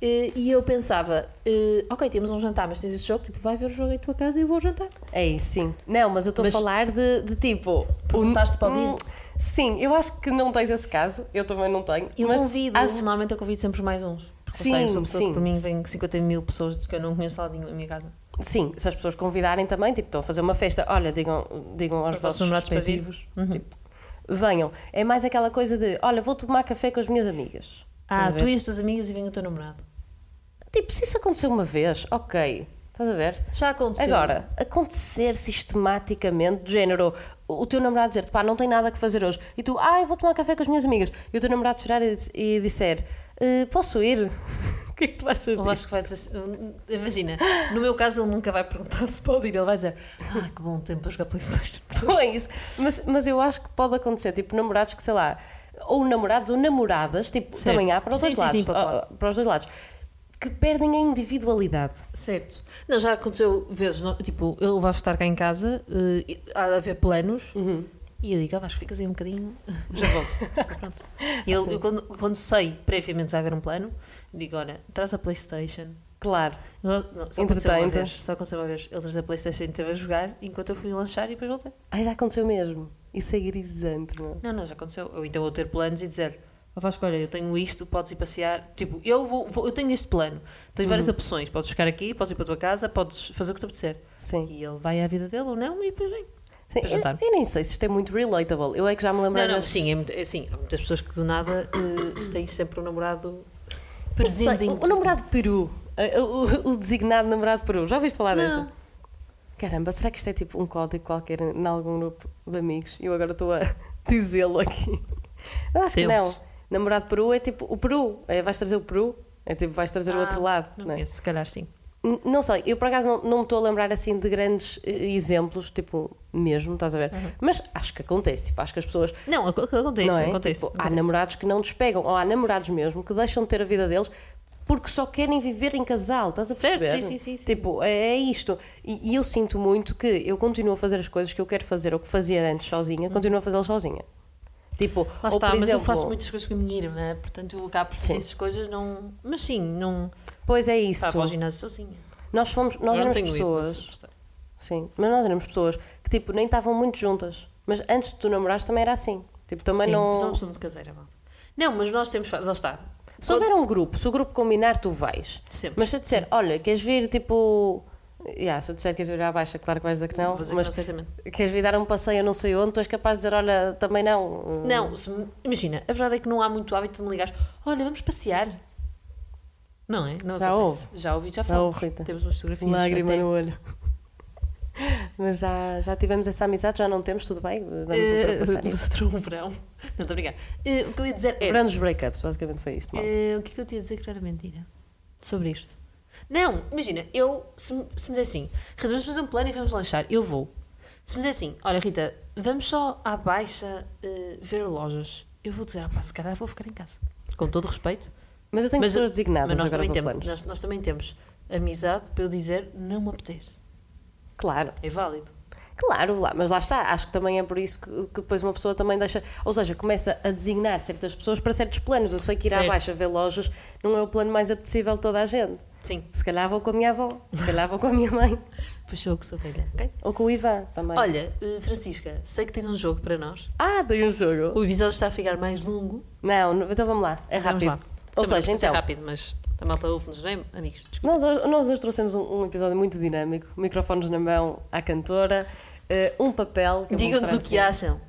B: Eh, e eu pensava, eh, ok, temos um jantar, mas tens esse jogo, tipo, vai ver o jogo em tua casa e eu vou ao jantar.
A: É isso, sim. Não, mas eu estou
B: Mas-
A: a falar de, de tipo.
B: Perguntar se pode ir.
A: sim, eu acho que não tens esse caso, eu também não tenho.
B: Eu
A: mas
B: convido,
A: acho-
B: normalmente eu convido sempre mais uns. Porque
A: Sim,
B: eu sei, sou pessoa
A: sim.
B: que por mim vem 50 mil pessoas que eu não conheço lá de- em minha casa.
A: sim, se as pessoas convidarem também, tipo, estão a fazer uma festa, olha, digam, digam aos
B: Os vossos
A: vossos
B: namorados para vir.
A: respectivos.
B: Uhum.
A: Tipo, venham. É mais aquela coisa de, olha, vou tomar café com as minhas amigas. Estás a
B: Ah,
A: ver?
B: tu e as tuas amigas e vem o teu namorado.
A: Tipo, se isso aconteceu uma vez, ok. Estás a ver?
B: Já aconteceu.
A: Agora, acontecer sistematicamente, de género, o o teu namorado dizer-te, pá, não tem nada que fazer hoje, e tu, ah, eu vou tomar café com as minhas amigas, e o teu namorado virar e, dis- e disser, "Eh, posso ir? O que é que tu achas
B: Eu acho
A: disso?
B: que vai dizer assim, imagina, no meu caso ele nunca vai perguntar se pode ir, ele vai dizer, ah, que bom tempo para jogar Playstation.
A: Pois, é mas, mas eu acho que pode acontecer, tipo, namorados que, sei lá, ou namorados ou namoradas, tipo,
B: Certo.
A: também há para os
B: Sim,
A: dois
B: sim,
A: lados,
B: sim, para o
A: ah,
B: lado.
A: para os dois lados, que perdem a individualidade.
B: Certo. Não, já aconteceu vezes, não- tipo, ele vai estar cá em casa, eh, e há de haver planos, e eu digo, ah, Vasco, ficas aí um bocadinho, já volto. Pronto. E ele- eu, quando, quando sei previamente vai haver um plano, eu digo, olha, traz a Playstation.
A: Claro.
B: Não, não, Só aconteceu uma
A: Entretém-te.
B: vez, só aconteceu uma vez. Ele traz a Playstation e teve a jogar, enquanto eu fui lanchar e depois voltei.
A: Ai, já aconteceu mesmo. Isso é irisante, não é?
B: Não, não, já aconteceu. Ou então eu ter planos e dizer, ó Vasco, olha, eu tenho isto, podes ir passear. Tipo, eu vou, vou- eu tenho este plano.
A: Uhum.
B: Tens várias opções. Podes ficar aqui, podes ir para a tua casa, podes fazer o que te apetecer.
A: Sim.
B: E ele vai à vida dele ou não e depois vem. Para
A: Sim, eu,
B: jantar.
A: eu nem sei se isto é muito relatable. Eu é que já me lembrei
B: Não, não,
A: das-
B: sim, é muito, é assim, há muitas pessoas que do nada eh, têm sempre um namorado
A: Não sei,
B: presente. em-
A: o, o Um namorado peru. eh, O, o designado namorado peru. Já ouviste falar
B: Não.
A: desta? Caramba, será que isto é tipo um código qualquer em algum grupo de amigos? Eu agora estou a dizê-lo aqui. Eu acho que
B: Deus.
A: não. Namorado peru é tipo o peru. É, vais trazer o peru. É tipo, vais trazer o
B: Ah,
A: outro lado.
B: Não
A: né?
B: conheço, se calhar sim.
A: N- Não sei, eu por acaso não, não me estou a lembrar assim de grandes eh, exemplos, tipo, mesmo, estás a ver?
B: Uhum.
A: Mas acho que acontece, tipo, acho que as pessoas
B: Não, ac- acontece,
A: não é?
B: acontece.
A: Tipo, Há
B: acontece.
A: namorados que não despegam, ou há namorados mesmo que deixam de ter a vida deles porque só querem viver em casal, estás a
B: Certo,
A: perceber?
B: sim, sim, sim, sim.
A: Tipo, é, é isto. E, e eu sinto muito que eu continuo a fazer as coisas que eu quero fazer, ou que fazia antes sozinha, continuo a fazê-las sozinha. Tipo,
B: Uhum. Lá
A: ou,
B: está,
A: por
B: mas
A: exemplo,
B: eu faço muitas coisas com a minha irmã, portanto eu acabo por
A: Sim.
B: ter essas coisas, não. Mas sim, não.
A: Pois é
B: Pá,
A: isso.
B: vou ao ginásio sozinha.
A: nós fomos,
B: Ah, Eu
A: nós
B: não
A: éramos
B: tenho ido,
A: pessoas.
B: mas está.
A: Sim, mas nós éramos pessoas que tipo nem estavam muito juntas. Mas antes de tu namorares também era assim. Tipo, também
B: Sim,
A: não.
B: Mas é uma pessoa muito caseira, mal. Não, mas nós temos. fa- Lá está.
A: Se houver um grupo, se o grupo combinar, tu vais.
B: Sempre.
A: Mas se eu disser, olha, queres vir tipo. Yeah, se eu disser que queres vir à baixa, claro que vais dizer que não.
B: Vou dizer que
A: mas
B: não, certamente.
A: queres vir dar um passeio, eu não sei onde, tu és capaz de dizer, olha, também não.
B: Não, se me- imagina, a verdade é que não há muito hábito de me ligares. Olha, vamos passear. Não é? Não
A: Já
B: acontece. Já ouvi, já falamos.
A: houve, Rita.
B: Temos umas fotografias.
A: Lágrima
B: até.
A: no olho. mas já, já tivemos essa amizade, já não temos, tudo bem? Vamos
B: Eh,
A: ultrapassar isso.
B: Vamos outro verão. Não estou a brincar. Eh, o que eu ia dizer é.
A: Para nos breakups, basicamente foi isto. malta.
B: Eh, o que é que eu te ia dizer que era mentira sobre isto? Não, imagina, eu, se, me- se me dizer assim, Rita, vamos fazer um plano e vamos lanchar, eu vou. Se me dizer assim, olha Rita, vamos só à baixa eh, ver lojas, eu vou dizer, ah pá, se calhar vou ficar em casa. Com todo o respeito.
A: Mas eu tenho
B: mas-
A: pessoas designadas
B: mas nós
A: agora
B: também,
A: para
B: temos,
A: planos.
B: nós, nós também temos amizade para eu dizer, não me apetece.
A: Claro.
B: É válido.
A: Claro, lá, mas lá está. Acho que também é por isso que, que depois uma pessoa também deixa. Ou seja, começa a designar certas pessoas para certos planos. Eu sei que ir à
B: Certo.
A: baixa ver lojas não é o plano mais apetecível de toda a gente.
B: Sim.
A: Se calhar vou com a minha avó, se calhar vou com a minha mãe,
B: Puxou que sou velha, ok?
A: ou com o Ivan também.
B: Olha, eh, Francisca, sei que tens um jogo para nós.
A: Ah, tem um jogo.
B: O episódio está a ficar mais longo,
A: Não, não- então vamos lá, é
B: Vamos
A: rápido.
B: lá.
A: Ou
B: Também
A: seja,
B: precisa ser
A: então,
B: rápido, mas a malta ouve-nos, não é, amigos? Desculpa.
A: nós hoje, nós hoje trouxemos um, um episódio muito dinâmico: microfones na mão à cantora, eh, um papel. que eu vou
B: Digam-nos
A: mostrar
B: o que
A: assim.
B: acham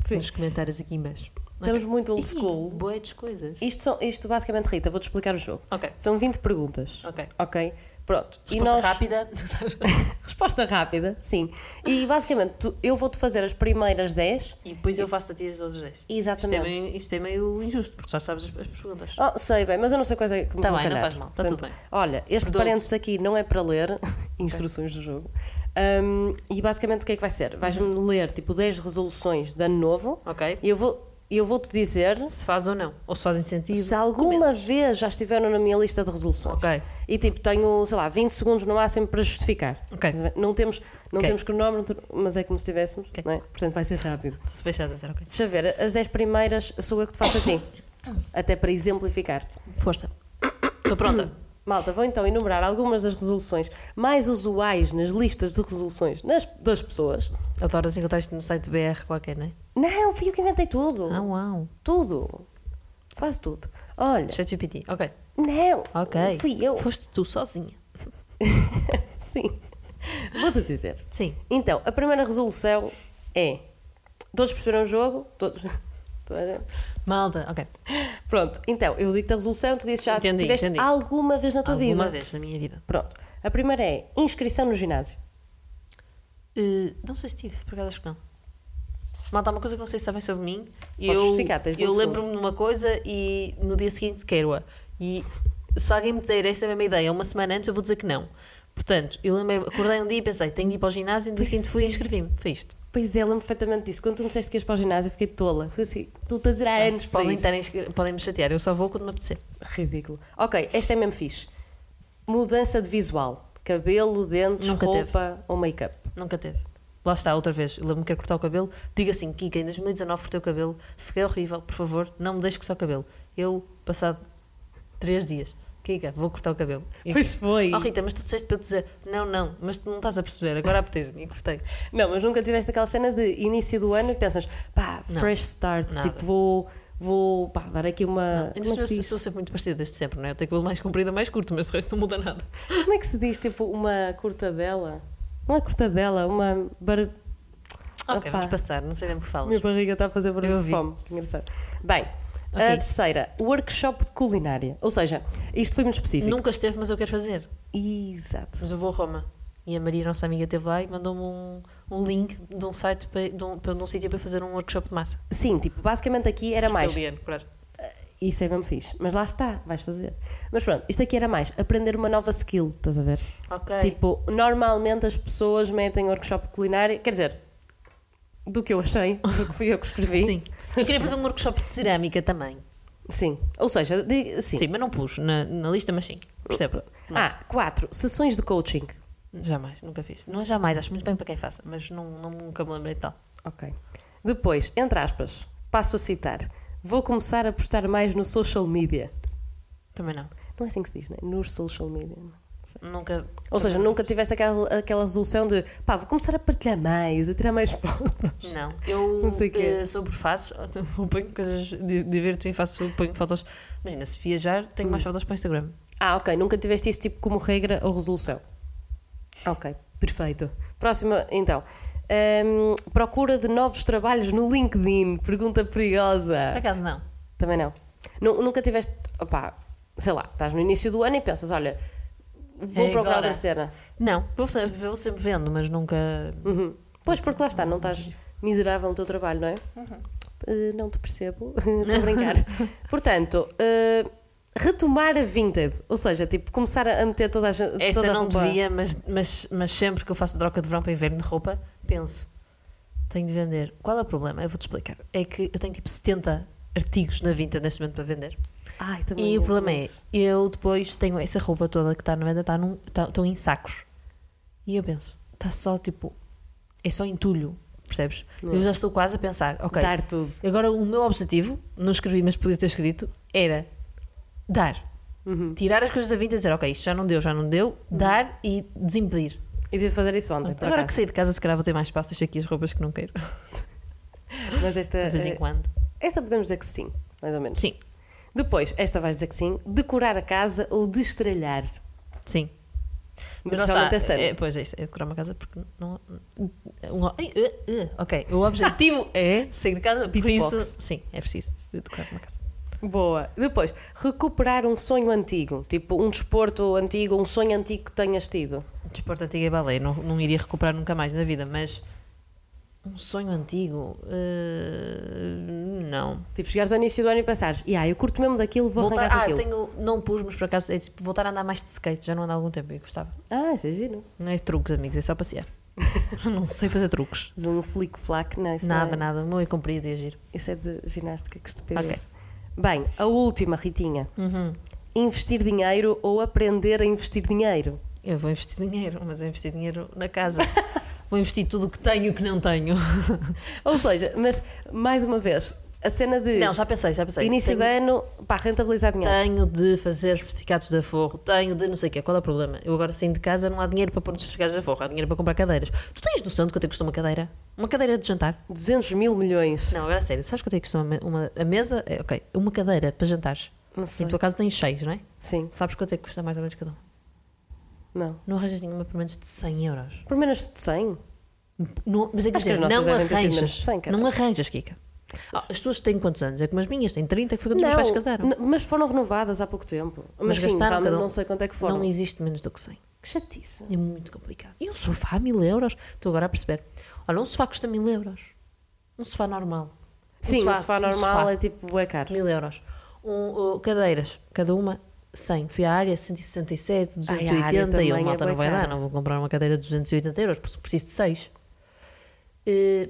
A: Sim.
B: nos comentários aqui em baixo.
A: Estamos muito old school.
B: Boas coisas.
A: Isto, são, isto basicamente, Rita, vou-te explicar o jogo.
B: Ok.
A: São 20 perguntas.
B: Ok.
A: Ok? Pronto. E
B: Resposta
A: nós-
B: rápida.
A: Resposta rápida, sim. E basicamente, tu- eu vou-te fazer as primeiras 10.
B: e depois eu faço a ti as outras 10. Isto é,
A: Exatamente.
B: meio, isto é meio injusto, porque já sabes as, as perguntas.
A: Oh, sei bem, mas eu não sei quais é que me
B: Tá
A: vão
B: bem, não
A: calhar.
B: faz mal, tá
A: Portanto,
B: tudo bem.
A: Olha, este
B: Perdoo-te.
A: parênteses aqui não é para ler instruções do jogo. Um, e basicamente o que é que vai ser? Vais-me
B: Uhum.
A: ler tipo 10 resoluções de ano novo
B: Ok?
A: e eu vou- eu vou-te dizer
B: Se faz ou não. Ou se fazem sentido.
A: se alguma vez já estiveram na minha lista de resoluções.
B: Ok.
A: E tipo, tenho, sei lá, 20 segundos no máximo para justificar.
B: Ok.
A: Não temos, não
B: Ok.
A: temos cronómetro, mas é como se tivéssemos,
B: Ok.
A: não é? Portanto, vai ser rápido.
B: Se fechas a dizer, ok.
A: Deixa eu ver, as 10 primeiras sou eu que te faço a ti. Até para exemplificar.
B: Força. Estou pronta.
A: Malta, vou então enumerar algumas das resoluções mais usuais nas listas de resoluções nas- das pessoas.
B: Adoras encontrar isto no site BR qualquer, não é?
A: Não, fui eu que inventei tudo.
B: Ah, uau.
A: Tudo. Quase tudo. Olha,
B: Chat GPT. Ok.
A: não.
B: Ok.
A: Fui eu.
B: Foste tu sozinha.
A: Sim. Vou-te dizer.
B: Sim.
A: Então, a primeira resolução é Todos perceberam o jogo? Todos. toda a gente?
B: Malta, ok.
A: Pronto, então, eu digo-te a resolução, tu dizes já
B: Entendi,
A: tiveste
B: entendi.
A: alguma vez na tua
B: Alguma
A: vida.
B: vez na minha vida.
A: Pronto. A primeira é inscrição no ginásio.
B: Eh, não sei se tive, por acaso acho que não. Malta, há uma coisa que não sei se sabem sobre mim. e
A: Podes
B: Eu,
A: justificar, tens
B: eu
A: vinte
B: lembro-me de uma coisa e no dia seguinte quero-a. E se alguém me der essa é mesma ideia uma semana antes, eu vou dizer que não. Portanto, eu lembrei acordei um dia e pensei, tenho de ir para o ginásio, e no dia
A: Pois
B: seguinte fui e
A: sim.
B: inscrevi-me. Foi isto.
A: Pois é, lembro perfeitamente disso. Quando tu me disseste que ias para o ginásio, eu fiquei tola. Falei assim, tu estás a dizer há anos para
B: Podem,
A: isto.
B: estar a inscre- podem me chatear, eu só vou quando me apetecer.
A: Ridículo. Ok, esta é mesmo fixe. Mudança de visual. Cabelo, dentes,
B: Nunca
A: roupa ou make-up.
B: Nunca teve. Lá está, outra vez. Eu Lembro-me que quero cortar o cabelo. Digo assim, Kika, em 2019 cortei o cabelo. Fiquei horrível. Por favor, não me deixes cortar o cabelo. Eu, passado três dias, Kika, vou cortar o cabelo. E-
A: Pois foi. assim.
B: Oh, Rita, mas tu disseste para eu dizer, não, não, mas tu não estás a perceber. Agora apetece-me. E cortei.
A: Não, mas nunca tiveste aquela cena de início do ano e pensas, pá,
B: Não.
A: fresh start,
B: Nada.
A: tipo, vou, vou pá, dar aqui uma.
B: Então,
A: como, é que
B: eu
A: se
B: sou,
A: diz?
B: sou sempre muito parecida desde sempre, não é? Eu tenho cabelo mais comprido ou mais curto, mas o resto não muda nada.
A: Como é que se diz, tipo, uma cortadela? Não é cortadela, uma. Bar...
B: Ok,
A: Opa.
B: vamos passar. Não sei bem o que
A: Minha
B: falas.
A: barriga está a fazer barulho
B: Eu
A: de
B: vi.
A: fome. Que engraçado. Bem,
B: Ok.
A: a terceira, workshop de culinária. Ou seja, isto foi muito específico.
B: Nunca esteve, mas eu quero fazer.
A: Exato.
B: Mas eu vou a Roma. E a Maria, nossa amiga, esteve lá e mandou-me um, um link de um site para, de um, para, de um sítio para fazer um workshop de massa.
A: Sim, tipo, basicamente aqui era mais.
B: Italiano, quase.
A: Isso é mesmo fixe. Mas lá está, vais fazer. Mas pronto, isto aqui era mais aprender uma nova skill, estás a ver?
B: Ok.
A: Tipo, normalmente as pessoas metem workshop de culinária, quer dizer, do que eu achei, do que fui eu que escrevi.
B: Sim. Eu queria fazer um workshop de cerâmica também.
A: Sim. Ou seja, de- sim.
B: Sim, mas não pus na, na lista, mas sim. Percebe? Mas,
A: Ah, quatro, sessões de coaching.
B: Jamais, nunca fiz. Não é jamais, acho muito bem para quem faça, mas não, não- nunca me lembrei de tal.
A: Ok. Depois, entre aspas, passo a citar. Vou começar a postar mais no social media.
B: Também não.
A: Não é assim que se diz, né? Nos social media.
B: Nunca.
A: Ou seja, nunca tiveste aquela, aquela resolução de pá, vou começar a partilhar mais, a tirar mais fotos.
B: Não. Eu
A: Não sei o quê.
B: eh, sobre faces, eu ponho coisas, di- divirto-me e faço, ponho fotos. Imagina, se viajar, tenho
A: Hum.
B: mais fotos para o Instagram.
A: Ah, ok, nunca tiveste isso tipo como regra ou resolução. Ok, perfeito. Próxima, então. Hum, procura de novos trabalhos no LinkedIn. Pergunta
B: Por
A: perigosa.
B: acaso, não.
A: Também não. Nu- nunca tiveste, opá, sei lá, estás no início do ano e pensas, olha, vou
B: É
A: procurar
B: agora.
A: outra cena.
B: Não, vou sempre, vou sempre vendo, mas nunca.
A: Uhum. Pois, porque lá está, não
B: Uhum.
A: estás miserável no teu trabalho, não é? Eh, não te percebo, estou a brincar. Portanto, eh, retomar a Vinted, ou seja, tipo, começar a a meter toda a gente.
B: Essa
A: toda a
B: não
A: roupa-
B: devia, mas, mas, mas sempre que eu faço troca de verão para inverno de roupa, penso: tenho de vender. Qual é o problema? Eu vou-te explicar. É que eu tenho tipo 70 artigos na Vinta neste momento para vender.
A: Ai, também
B: E o
A: eu
B: problema é:
A: conheço.
B: eu depois tenho essa roupa toda que está na venda, está num, está- estão em sacos. E eu penso: está só tipo. É só entulho, percebes? Eu já estou quase a pensar: é, ok,
A: Dar tudo.
B: Agora, o meu objetivo, não escrevi, mas podia ter escrito, era dar.
A: Uhum.
B: Tirar as coisas da vinda e dizer, ok, isto já não deu, já não deu, dar e desimpedir.
A: Eu devia fazer isso ontem, por
B: Agora que
A: acaso.
B: saí de casa, se calhar vou ter mais espaço, deixo aqui as roupas que não quero,
A: Mas esta,
B: de vez em
A: eh,
B: quando.
A: esta podemos dizer que sim, mais ou menos.
B: Sim,
A: Depois, esta vais dizer que sim, decorar a casa ou destralhar.
B: sim.
A: Mas
B: lá está,
A: somente este ano.
B: é, pois é isso, é decorar uma casa porque não. um- ai, eh, eh, ok, o objetivo é sair de casa, por
A: Beatbox.
B: isso. Sim, é preciso decorar uma casa.
A: é, Boa. Depois, recuperar um sonho antigo, tipo um desporto antigo, um sonho antigo que tenhas tido.
B: Desporto antigo é balé, não, não iria recuperar nunca mais na vida, mas um sonho antigo? eh, não.
A: Tipo, chegares ao início do ano e pensares, e ah, eu curto mesmo daquilo, vou
B: voltar,
A: arrancar
B: ah,
A: com aquilo.
B: tenho, não pus, mas por acaso é tipo voltar a andar mais de skate, já não ando há algum tempo e gostava.
A: Ah, isso é giro.
B: Não é truques, amigos, é só passear. não sei fazer truques.
A: Fazer um flick-flack, não, isso
B: Nada,
A: não é.
B: nada. O meu é comprido e agir.
A: Isso é de ginástica, que estupidez. Bem, a última, Ritinha.
B: Uhum.
A: Investir dinheiro ou aprender a investir dinheiro?
B: Eu vou investir dinheiro, mas eu investir dinheiro na casa. vou investir tudo o que tenho e o que não tenho.
A: Ou seja, mas, mais uma vez, a cena de
B: não, já pensei, já pensei.
A: início
B: Tenho-
A: de ano, pá, rentabilizar dinheiro.
B: Tenho de fazer certificados de aforro, tenho de não sei o quê. Qual é o problema? Eu agora saindo de casa não há dinheiro para pôr nos certificados de aforro, há dinheiro para comprar cadeiras. Tu tens noção de quanto é que custa uma cadeira? Uma cadeira de jantar?
A: 200 mil milhões.
B: Não, agora a sério, sabes quanto é que custa uma, uma- a mesa? É, ok, uma cadeira para jantares.
A: Não
B: Em
A: sei.
B: tua casa tens seis, não é?
A: Sim,
B: Sabes quanto é que custa mais ou menos cada um?
A: não.
B: Não arranjas nenhuma por menos de 100 euros.
A: Por menos de 100?
B: Não, mas é que,
A: Acho
B: dizer,
A: que as nossas
B: não
A: devem ter sido menos
B: arranjas.
A: de 100, cara.
B: não arranjas, Kika. Ah, as tuas têm quantos anos? É como as minhas, têm 30, que foi quando os meus pais casaram.
A: n- mas foram renovadas há pouco tempo. Mas, sim,
B: gastaram
A: realmente
B: cada um.
A: não sei quanto é que foram.
B: Não existe menos do que 100.
A: Que chatice.
B: É muito complicado. E um sofá a mil euros? Estou agora a perceber. Olha, um sofá custa mil euros. Um sofá normal.
A: Sim, o sofá
B: um
A: normal
B: sofá,
A: é tipo, é caro.
B: Mil euros. Um, uh, cadeiras, cada uma 100. Fui à área 167,
A: Ai, a área
B: 280 e eu,
A: também é
B: malta, não
A: bué
B: vai dar.
A: cara.
B: Não vou comprar uma cadeira de 280 euros, porque preciso de 6.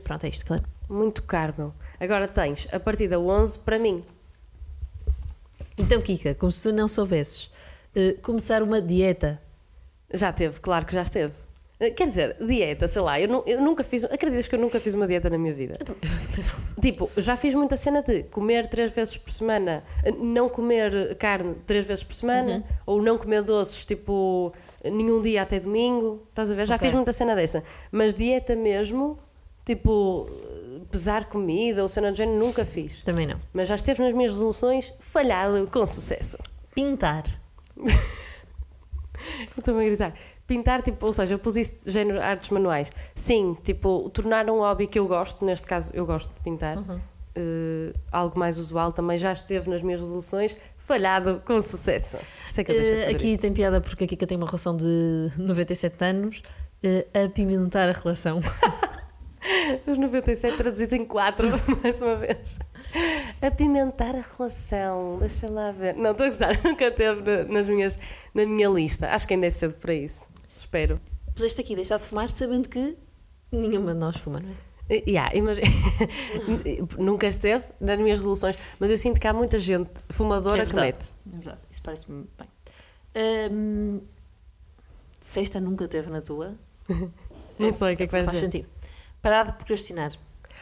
B: pronto, é isto, claro.
A: Muito caro, meu. Agora tens a partida 11 para mim.
B: Então, Kika, como se tu não soubesses eh, começar uma dieta.
A: Já teve, claro que já esteve. Eh, Quer dizer, dieta, sei lá, eu, nu- eu nunca fiz, acreditas que eu nunca fiz uma dieta na minha vida? Tipo, já fiz muita cena de comer três vezes por semana, eh, não comer carne três vezes por semana, ou não comer doces, tipo, nenhum dia até domingo, estás a ver? Já
B: Ok.
A: fiz muita cena dessa. Mas dieta mesmo, tipo, eh, pesar comida ou cena do género, nunca fiz.
B: Também não.
A: Mas já esteve nas minhas resoluções, falhado com sucesso.
B: Pintar.
A: Eu Estou-me a gritar. Pintar, tipo, ou seja, eu pus isso de género artes manuais. Sim, tipo, tornar um hobby que eu gosto, neste caso eu gosto de pintar, eh, algo mais usual também já esteve nas minhas resoluções, falhado com sucesso. Sei é que eu deixei de
B: Eh,
A: fazer
B: aqui
A: isto.
B: tem piada porque a Kika tem uma relação de 97 anos eh, a pimentar a relação.
A: Os 97 traduzidos em 4, mais uma vez. Apimentar a relação, deixa lá ver. Não, estou a gozar, nunca teve na- nas minhas, na minha lista. Acho que ainda é cedo para isso. Espero.
B: Puseste aqui deixar de fumar sabendo que nenhuma de nós fuma, não é?
A: Eh, Yeah, imagi- Nunca esteve nas minhas resoluções, mas eu sinto que há muita gente fumadora que mete.
B: É verdade, isso parece-me bem. Ahm, sexta nunca teve na tua.
A: Não sei o que é que vais
B: Faz
A: dizer.
B: sentido. Parar de procrastinar.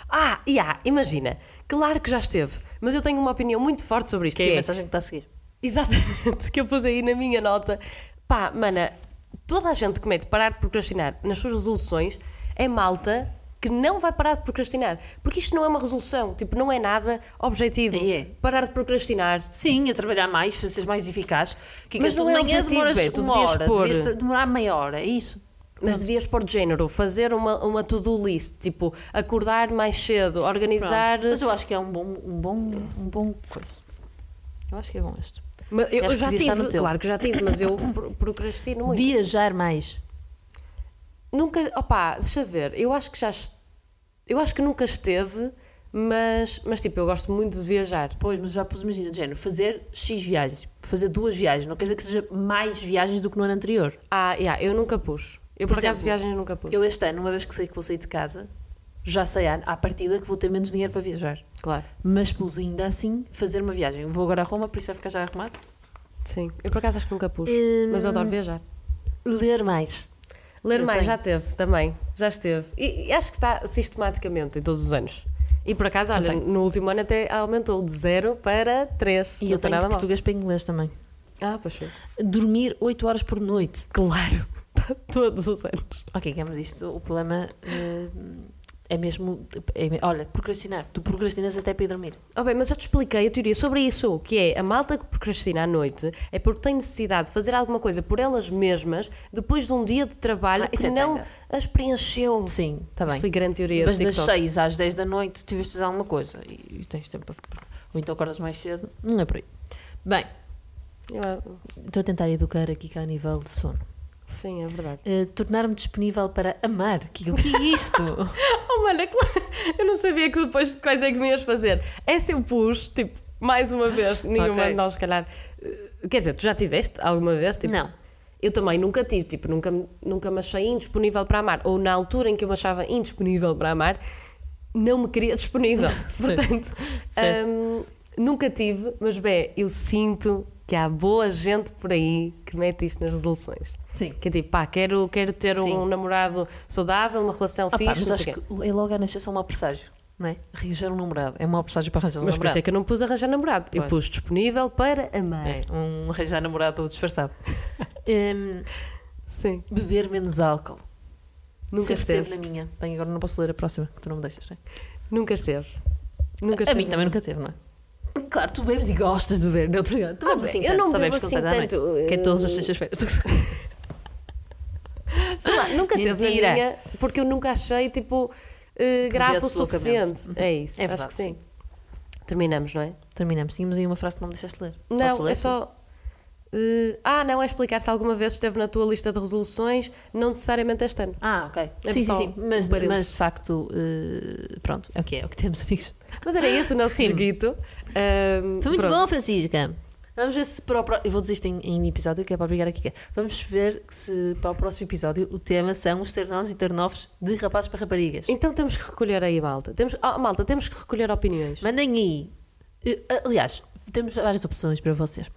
A: Ah, yeah, imagina, claro que já esteve, mas eu tenho uma opinião muito forte sobre isto.
B: Que é a mensagem que está a seguir.
A: Exatamente, que eu pus aí na minha nota. Pá, mana, toda a gente que mete parar de procrastinar nas suas resoluções é malta que não vai parar de procrastinar. Porque isto não é uma resolução, tipo, não é nada objetivo.
B: E é.
A: Parar de procrastinar.
B: Sim, a trabalhar mais, seres mais eficaz. Que
A: Mas
B: tu
A: não
B: de
A: é
B: manhã
A: objetivo,
B: demoras
A: Bé, tu
B: uma
A: devias
B: hora,
A: pôr-
B: devias demorar meia hora, é isso.
A: Mas devias pôr de género, fazer uma, uma to-do list, tipo, acordar mais cedo, organizar.
B: Pronto. Mas eu acho que é um bom, um bom, um bom coisa. Eu acho que é bom este.
A: Mas eu
B: Acho que
A: já
B: devia estar no
A: tive,
B: teu.
A: claro que já tive, mas eu pro- procrastino muito.
B: Viajar mais.
A: Nunca, opá, deixa eu ver, eu acho que já. est- Eu acho que nunca esteve, mas, mas tipo, eu gosto muito de viajar.
B: Pois, mas já pus, imagina, de género, fazer X viagens, tipo, fazer duas viagens, não quer dizer que seja mais viagens do que no ano anterior.
A: Ah, yeah, eu nunca pus. Eu por,
B: Por
A: acaso
B: exemplo,
A: viagens nunca pus.
B: Eu este ano, uma vez que sei que vou sair de casa, já sei à à partida que vou ter menos dinheiro para viajar.
A: Claro,
B: Mas pus ainda assim fazer uma viagem. Vou agora a Roma, por isso vai ficar já arrumado.
A: sim. Eu por acaso acho que nunca pus,
B: Hum.
A: mas eu adoro viajar.
B: Ler mais.
A: Ler
B: Eu
A: mais
B: tenho.
A: já teve também, já esteve. E, e acho que está sistematicamente em todos os anos. E por acaso, olha,
B: tenho.
A: no último ano até aumentou de 0 para 3.
B: E
A: não
B: eu tenho
A: foi
B: de
A: nada mal.
B: português para inglês também.
A: Ah, pois foi.
B: Dormir 8 horas por noite.
A: Claro, todos os anos.
B: Ok, digamos isto. O problema eh, é mesmo. é me- olha, procrastinar. Tu procrastinas até para ir dormir.
A: Oh, bem, mas já te expliquei a teoria sobre isso, que é a malta que procrastina à noite é porque tem necessidade de fazer alguma coisa por elas mesmas depois de um dia de trabalho
B: Ah, isso
A: que
B: é
A: não
B: tanga.
A: as preencheu.
B: Sim, está bem.
A: Isso foi grande teoria
B: Mas
A: do
B: das
A: TikTok.
B: 6 às 10 da noite tiveste de fazer alguma coisa e, e tens tempo para. Ou então acordas mais cedo. Não é por aí. Bem,
A: Eu-
B: estou a tentar educar aqui cá a nível de sono.
A: Ah, Sim, é verdade.
B: Eh, Tornar-me disponível para amar. Que- O que é isto?
A: Oh, mano, é claro. Eu não sabia que depois quais é que me ias fazer. Essa eu pus, tipo, mais uma vez, nenhuma
B: Ok.
A: de nós, se calhar. eh, Quer dizer, tu já tiveste alguma vez? Tipo,
B: Não.
A: Eu também nunca tive, tipo, nunca, me- nunca me achei indisponível para amar. Ou na altura em que eu me achava indisponível para amar, não me queria disponível. Portanto,
B: Certo.
A: hum, nunca tive, mas bem, eu sinto que há boa gente por aí que mete isto nas resoluções.
B: Sim.
A: Que é tipo, pá, quero, quero ter
B: Sim.
A: um namorado saudável, uma relação
B: Ah, pá,
A: fixe,
B: mas
A: não sei
B: acho
A: o quê.
B: que é logo a nascença uma presságio, não é? Arranjar um namorado. É uma presságio para arranjar um
A: Mas por isso
B: namorado.
A: é que eu não pus arranjar namorado. Eu
B: Pois.
A: pus disponível para amar.
B: É, um arranjar namorado disfarçado. Hum,
A: Sim.
B: beber menos álcool.
A: Nunca
B: Sempre
A: esteve.
B: teve na minha. Bem, agora não posso ler a próxima, que tu não me deixas, não é?
A: Nunca esteve. Nunca
B: a
A: esteve.
B: mim também nunca teve, não é? Claro, tu bebes e gostas de beber, não é? Tu
A: Ah,
B: bebes assim
A: bem, eu
B: tanto, eh,
A: não
B: só
A: bebo
B: bebes com
A: assim
B: sete da noite,
A: tanto,
B: Que é todas as
A: eh,
B: sextas-feiras.
A: Sei lá, nunca teve
B: Mentira.
A: na minha, porque eu nunca achei, tipo, eh, grave o
B: suficiente.
A: suficiente. É isso,
B: É
A: acho
B: verdade,
A: que sim. Terminamos, não é?
B: Terminamos. Tínhamos aí uma frase que não me deixaste ler. Podes
A: Não,
B: ler
A: é
B: tu?
A: só. eh, ah, não, é explicar se alguma vez esteve na tua lista de resoluções, não necessariamente este ano.
B: Ah, ok.
A: É
B: sim, sim,
A: só
B: sim. Mas,
A: um parênteses.
B: mas de facto, eh, pronto, é o que é, é o que temos, amigos.
A: Mas era este o nosso joguito. Ahm,
B: Foi muito
A: pronto.
B: bom, Francisca. Vamos ver se para o próximo. Eu vou dizer isto em, em episódio, que é para obrigar aqui. que é. Vamos ver se para o próximo episódio o tema são os ternós e ternofos de rapazes para raparigas.
A: Então temos que recolher aí, malta. Temos, oh, malta, temos que recolher opiniões.
B: Mandem aí. Eh, Aliás, temos várias opções para vocês.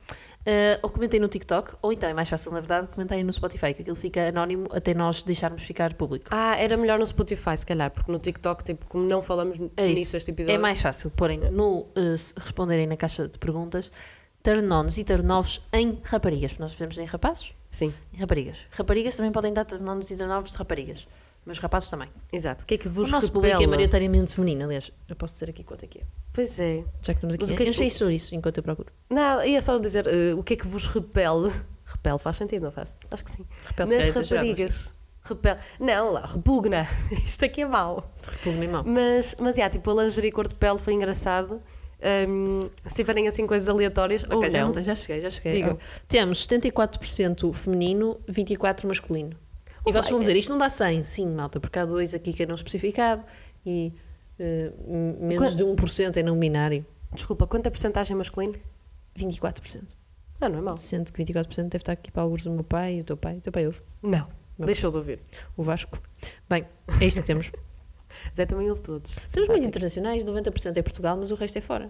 B: Eh, ou comentem no TikTok, ou então é mais fácil, na verdade, comentarem no Spotify, que aquilo fica anónimo até nós deixarmos ficar público.
A: Ah, era melhor no Spotify, se calhar, porque no TikTok, tipo, como não falamos
B: É isso.
A: nisso este episódio.
B: É mais fácil porem no eh, se responderem na caixa de perguntas ternones e ternovos em raparigas, porque nós fizemos em rapazes
A: Sim,
B: e raparigas. Raparigas também podem dar ternones e ternovos de raparigas, mas rapazes também.
A: exato. O que é que
B: O
A: vos
B: nosso público é
A: repela?
B: maioritariamente feminino, aliás, eu posso dizer aqui quanto é que é.
A: Pois é.
B: Já que estamos aqui,
A: Mas o que é
B: eu
A: que-
B: sei sobre isso enquanto eu procuro.
A: Não, ia só dizer eh, o que é que vos repele. Repele faz sentido, não faz? Acho que sim.
B: Repele, se calhar,
A: Nas
B: é exagerado,
A: raparigas. Repele. Não, lá, repugna. Isto aqui é mau.
B: Repugna em mão.
A: Mas, mas yeah, tipo, a lingerie cor de pele foi engraçado. Ahm, se tiverem assim coisas aleatórias, ou
B: Ok, já
A: não.
B: não, já cheguei, já cheguei.
A: Digam.
B: Temos 74% feminino, 24% masculino. e
A: O
B: vocês vão
A: vai-
B: dizer, isto não dá 100. Sim, malta, porque há dois aqui que é não especificado e eh, m- menos
A: Qua-
B: de 1% é não binário.
A: Desculpa, quanta porcentagem é masculino?
B: 24%.
A: Ah, não é mau.
B: Sendo que 24% deve estar aqui para alguns do meu pai e o teu pai. O teu pai ouve.
A: Não.
B: Não.
A: Deixou de ouvir.
B: O Vasco. Bem, é isto que temos.
A: Zé também ouve todos.
B: Somos muito internacionais, 90% é Portugal, mas o resto é fora.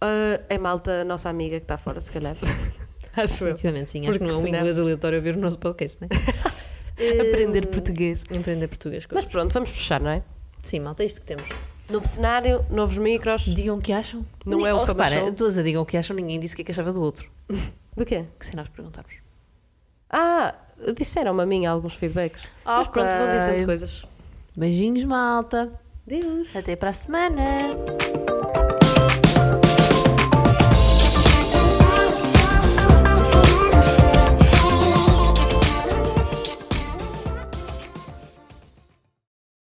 A: Ah, é malta, nossa amiga que está fora, se calhar. Ah, Acho eu.
B: Efetivamente, sim. Acho que
A: Porque
B: não é um
A: senão-
B: inglês aleatório ouvir o nosso podcast, né?
A: Aprender
B: Hum,
A: português.
B: Aprender português.
A: Mas
B: coisas.
A: pronto, vamos fechar, não é?
B: Sim, malta, é isto que temos.
A: Novo cenário, novos micros.
B: Digam o que acham.
A: Não é o famoso
B: repara,
A: show?
B: todas a digam o que acham, ninguém disse o que é que achava do outro.
A: Do quê?
B: Que se nós perguntarmos.
A: Ah, disseram-me a mim alguns feedbacks. Mas
B: Ok.
A: pronto, vão dizendo coisas.
B: Beijinhos, malta.
A: Deus.
B: Até para a semana.